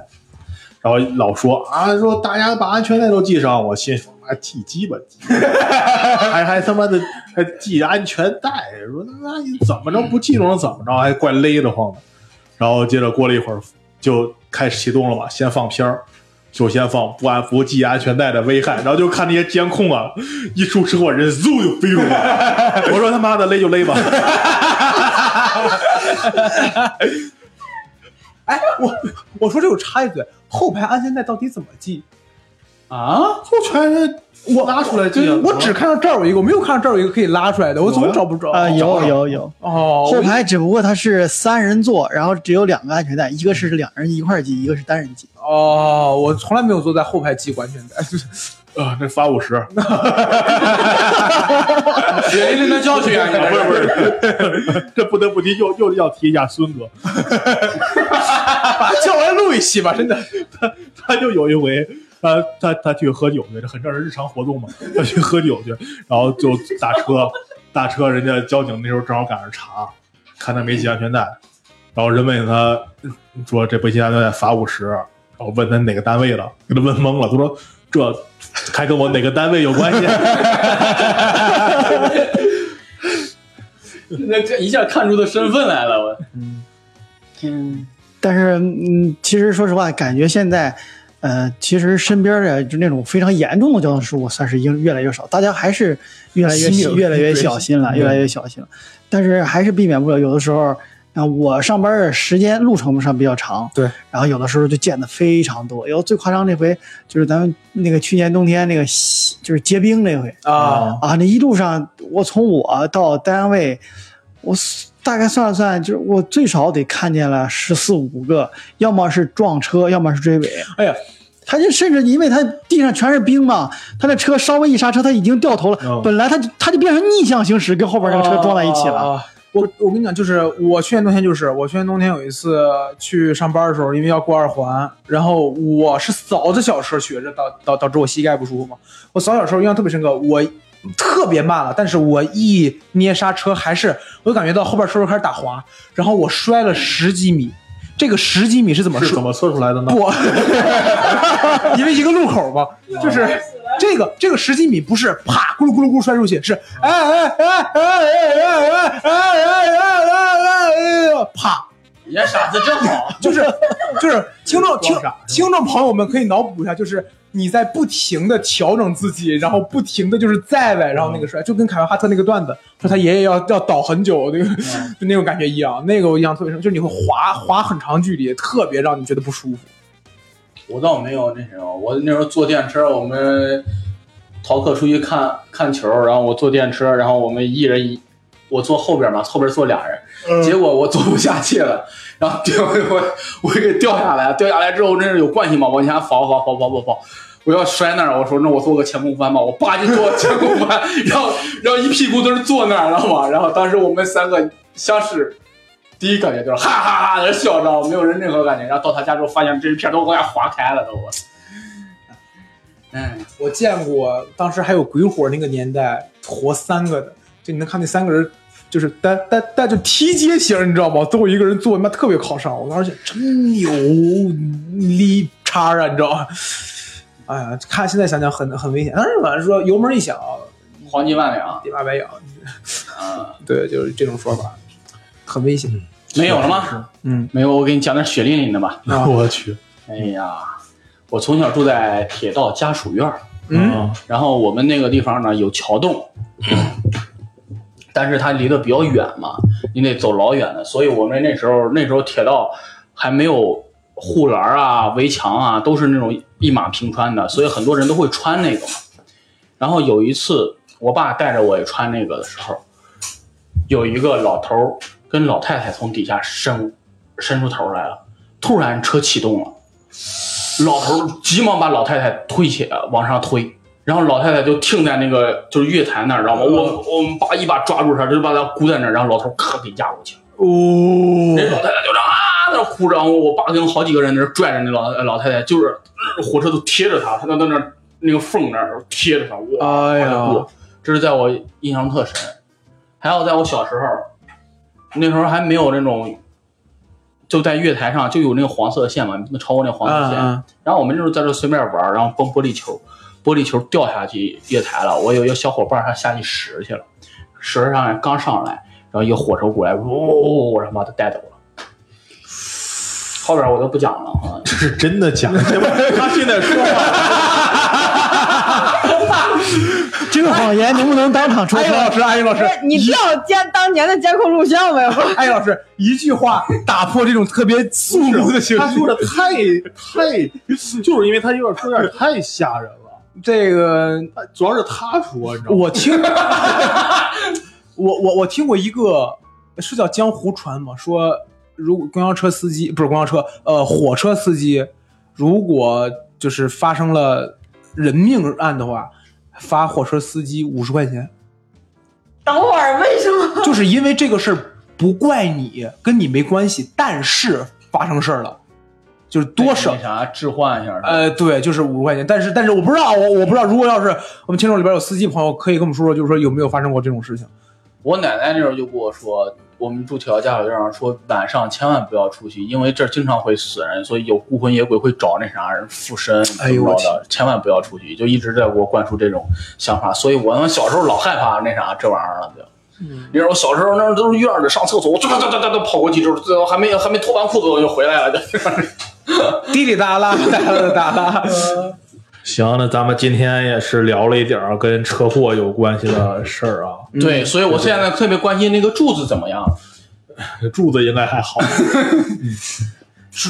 Speaker 1: 然后老说啊，说大家把安全带都系上，我心说妈系鸡巴 系，还还他妈的还系安全带，说那你怎么着不系能怎么着，还怪勒得慌的。然后接着过了一会儿就开始启动了嘛，先放片儿，首先放不安不系安全带的危害，然后就看那些监控啊，一出车祸人嗖就飞出去了。 我说他妈的勒就勒吧，
Speaker 3: 哎，我我说这我插一嘴，后排安全带到底怎么系？
Speaker 2: 啊，
Speaker 1: 后全是哎我拉出来系啊
Speaker 3: 我只看到这儿有一个，我没有看到这儿有一个可以拉出来的，我总找不着
Speaker 6: 啊、有
Speaker 3: 找不着
Speaker 6: 有有，
Speaker 3: 哦，
Speaker 6: 后排只不过它是三人座，然后只有两个安全带，一个是两人一块儿系，一个是单人系。
Speaker 3: 哦，我从来没有坐在 后排系过安全带。
Speaker 1: 啊，这罚五十，
Speaker 2: 血淋淋的教训啊！你
Speaker 1: 不
Speaker 2: 这
Speaker 1: 是不是，这不得不提，又又要提一下孙哥，
Speaker 3: 把叫来录一期吧， 真的。
Speaker 1: 他就有一回，他他他去喝酒去，这很正是日常活动嘛，他去喝酒去，然后就打车，打车人家交警那时候正好赶上查，看他没系安全带，然后人问他说这不系安全带罚五十，然后问他哪个单位的，给他问懵了，他说这还跟我哪个单位有关系？ 啊
Speaker 2: 那这一下看出他身份来了，我
Speaker 6: 嗯，但是嗯，其实说实话，感觉现在，呃，其实身边的就那种非常严重的交通事故，算是越越来越少，大家还是越来越
Speaker 3: 心有
Speaker 6: 越来越
Speaker 3: 对
Speaker 6: 小心了，
Speaker 3: 嗯
Speaker 6: 越来越小心了。但是还是避免不了，有的时候，啊、我上班的时间路程上比较长，
Speaker 3: 对，
Speaker 6: 然后有的时候就见的非常多。然后最夸张那回就是咱们那个去年冬天那个西就是结冰那回，
Speaker 3: 啊，
Speaker 6: 啊，那一路上我从我到单位，我 s- 大概算了算，就是我最少得看见了十四五个，要么是撞车，要么是追尾。
Speaker 3: 哎呀，
Speaker 6: 他就甚至因为他地上全是冰嘛，他那车稍微一刹车，他已经掉头了。
Speaker 1: 哦
Speaker 6: 本来他就他就变成逆向行驶，跟后边那个车撞在一起了。
Speaker 3: 啊我我跟你讲，就是我去年冬天，就是我去年冬天有一次去上班的时候，因为要过二环，然后我是扫着小车去，这导导导致我膝盖不舒服嘛。我扫小车印象特别深刻，我特别慢了，但是我一捏刹车，还是我就感觉到后边车就开始打滑，然后我摔了十几米。这个十几米是怎 么
Speaker 1: 是
Speaker 3: 摔
Speaker 1: 怎？么测出来的呢？
Speaker 3: 不， 因为一个路口嘛，就是这个这个十几米不是啪咕噜咕噜咕噜摔出去，是哎哎哎哎哎哎哎哎哎哎哎啪，
Speaker 2: 你这傻子真好。
Speaker 3: 就是就是听众听
Speaker 1: 装傻是吧
Speaker 3: 听众朋友们可以脑补一下，就是。你在不停的调整自己，然后不停的就是在外，然后那个摔，就跟凯文哈特那个段子说他爷爷要要倒很久，那个 就那种感觉一样。那个我印象特别深，就是你会滑滑很长距离，特别让你觉得不舒服。
Speaker 2: 我倒没有那什么，我那时候坐电车，我们逃课出去看看球，然后我坐电车，然后我们一人一，我坐后边嘛，后边坐俩人，结果我坐不下去了，然 后掉我我给掉下来，掉下来之后那是有惯性嘛，往前跑跑跑跑跑跑，我要摔那儿，我说那我做个前空翻吧，我叭就做前空翻， 然后然后一屁股都是坐那儿，知道吗？然后当时我们三个相视，第一感觉就是哈哈哈在笑，知道吗？没有人任何感觉。然后到他家之后，发现这一片都给我俩划开了，都我。嗯，
Speaker 3: 我见过，当时还有鬼火那个年代，活三个的，就你能看那三个人，就是单单单就梯阶型，你知道吗？最后一个人坐，他妈特别靠上，我当时想真牛力叉啊，你知道吗？哎呀，看现在想想很很危险，但是反正说油门一响，
Speaker 2: 黄金万两，
Speaker 3: 得八百痒，
Speaker 2: 嗯，
Speaker 3: 对，就是这种说法，很危险。
Speaker 2: 没有了吗？
Speaker 3: 嗯，
Speaker 2: 没有，我给你讲点血淋淋的吧。
Speaker 3: 啊
Speaker 1: 我去，
Speaker 2: 哎呀，我从小住在铁道家属院儿，
Speaker 3: 嗯，
Speaker 1: 啊
Speaker 2: 然后我们那个地方呢有桥洞，但是它离得比较远嘛，你得走老远的，所以我们那时候那时候铁道还没有护栏啊、围墙啊，都是那种一马平川的，所以很多人都会穿那个嘛。然后有一次，我爸带着我也穿那个的时候，有一个老头儿跟老太太从底下伸伸出头来了，突然车启动了。老头儿急忙把老太太推起来，往上推，然后老太太就停在那个就是月台那儿，知道吗？我我们爸一把抓住她，就把她箍在那儿，然后老头儿咔给压过去了。
Speaker 3: 哦，
Speaker 2: 那老太太就这样啊，在那哭，然后我爸跟好几个人在那拽着那老老太太，就是呃火车都贴着她，她都在那儿那个缝那儿贴着她，哇，
Speaker 3: 哎呀，
Speaker 2: 我这是在我印象特深。还有在我小时候，那时候还没有那种，就在月台上就有那个黄色的线嘛，你不能超过那黄色线。
Speaker 3: 嗯
Speaker 2: 然后我们就是在这随便玩，然后崩玻璃球，玻璃球掉下去月台了。我有一个小伙伴他下去拾去了，拾上来刚上来，然后一个火车过来，呜、然后把他带走了。后边我就不讲了啊。
Speaker 1: 这是真的假的？ 他现在说 话，
Speaker 6: 这个谎言能不能当场说
Speaker 3: 哎
Speaker 6: 出
Speaker 3: 呦，
Speaker 6: 来
Speaker 3: 老？师，哎呦，老师，
Speaker 5: 你知道监当年的监控录像没有？
Speaker 3: 哎，老师，一句话打破这种特别肃穆的情绪。
Speaker 1: 他说的太太，就是因为他有点说有点太吓人了。
Speaker 3: 这个，
Speaker 1: 主要是他说，你知道吗？
Speaker 3: 我听，我我我听过一个是叫江湖传吗？说如果公交车司机不是公交车，呃，火车司机如果就是发生了人命案的话，罚火车司机五十块钱，
Speaker 4: 等会儿为什么？
Speaker 3: 就是因为这个事儿不怪你，跟你没关系，但是发生事儿了，就是多省
Speaker 2: 那啥置换一下？
Speaker 3: 呃，对，就是五十块钱，但是但是我不知道，我我不知道，如果要是我们听众里边有司机朋友，可以跟我们说说，就是说有没有发生过这种事情？
Speaker 2: 我奶奶那时候就跟我说，我们住铁桥家属院，说晚上千万不要出去，因为这儿经常会死人，所以有孤魂野鬼会找那啥人附身，
Speaker 3: 哎
Speaker 2: 怎
Speaker 3: 呦
Speaker 2: 么
Speaker 3: 我
Speaker 2: 着的，千万不要出去。就一直在给我灌输这种想法，所以我们小时候老害怕那啥这玩意儿了，就。你说我小时候那都是院里上厕所，我哒哒哒哒哒跑过去之后，最后还没还没脱完裤子我就回来了，就。
Speaker 3: 滴滴答啦，答啦答啦，
Speaker 1: 呃行，那咱们今天也是聊了一点儿跟车祸有关系的事儿啊。
Speaker 3: 嗯
Speaker 2: 对，所以我现在特别关心那个柱子怎么样。
Speaker 1: 柱子应该还好。嗯、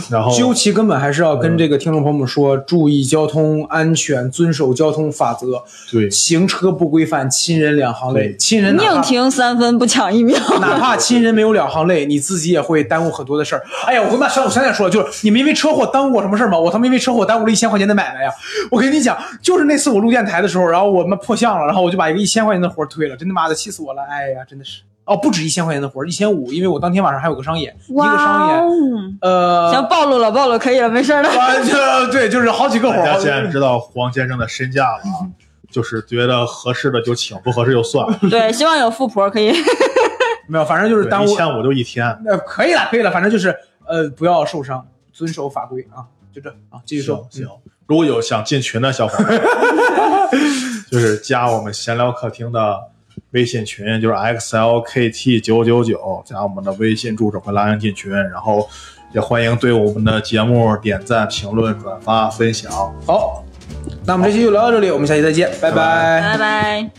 Speaker 1: 然后呃
Speaker 3: 究其根本还是要跟这个听众朋友们说，注意交通安全，遵守交通法则，
Speaker 1: 对
Speaker 3: 行车不规范，亲人两行泪，
Speaker 1: 对
Speaker 3: 亲人哪怕
Speaker 5: 宁停三分不抢一秒。
Speaker 3: 哪怕亲人没有两行泪，你自己也会耽误很多的事儿。哎呀，我跟妈想，我想想说，就是你们因为车祸耽误我什么事儿吗？我他妈因为车祸耽误了一千块钱的买卖呀！我跟你讲，就是那次我录电台的时候，然后我妈破相了，然后我就把一个一千块钱的活儿推了，真他妈的气死我了！哎呀，真的是哦，不止一千块钱的活儿，一千五，因为我当天晚上还有个商演，一个商
Speaker 5: 哇
Speaker 3: 演，
Speaker 5: 哦！
Speaker 3: 呃，
Speaker 5: 行，暴露了，暴露可以了，没事儿了。
Speaker 3: 完就对，就是好几个活
Speaker 1: 大家现
Speaker 3: 儿
Speaker 1: 在，知道黄先生的身价了啊，就是觉得合适的就请，不合适就算了。
Speaker 5: 对，希望有富婆可以。
Speaker 3: 没有，反正就是耽
Speaker 1: 一
Speaker 3: 误。
Speaker 1: 千五就一天。
Speaker 3: 呃，可以了，可以了，反正就是呃，不要受伤，遵守法规啊，就这啊，继续
Speaker 1: 行
Speaker 3: 说，
Speaker 1: 行，嗯如果有想进群的小伙 伴，就是加我们闲聊客厅的微信群，就是 xlkt 九九九，加我们的微信助手会拉您进群，然后也欢迎对我们的节目点赞、评论、转发、分享。
Speaker 3: 好，那我们这期就聊到这里，我们下期再见，拜拜
Speaker 5: 拜拜。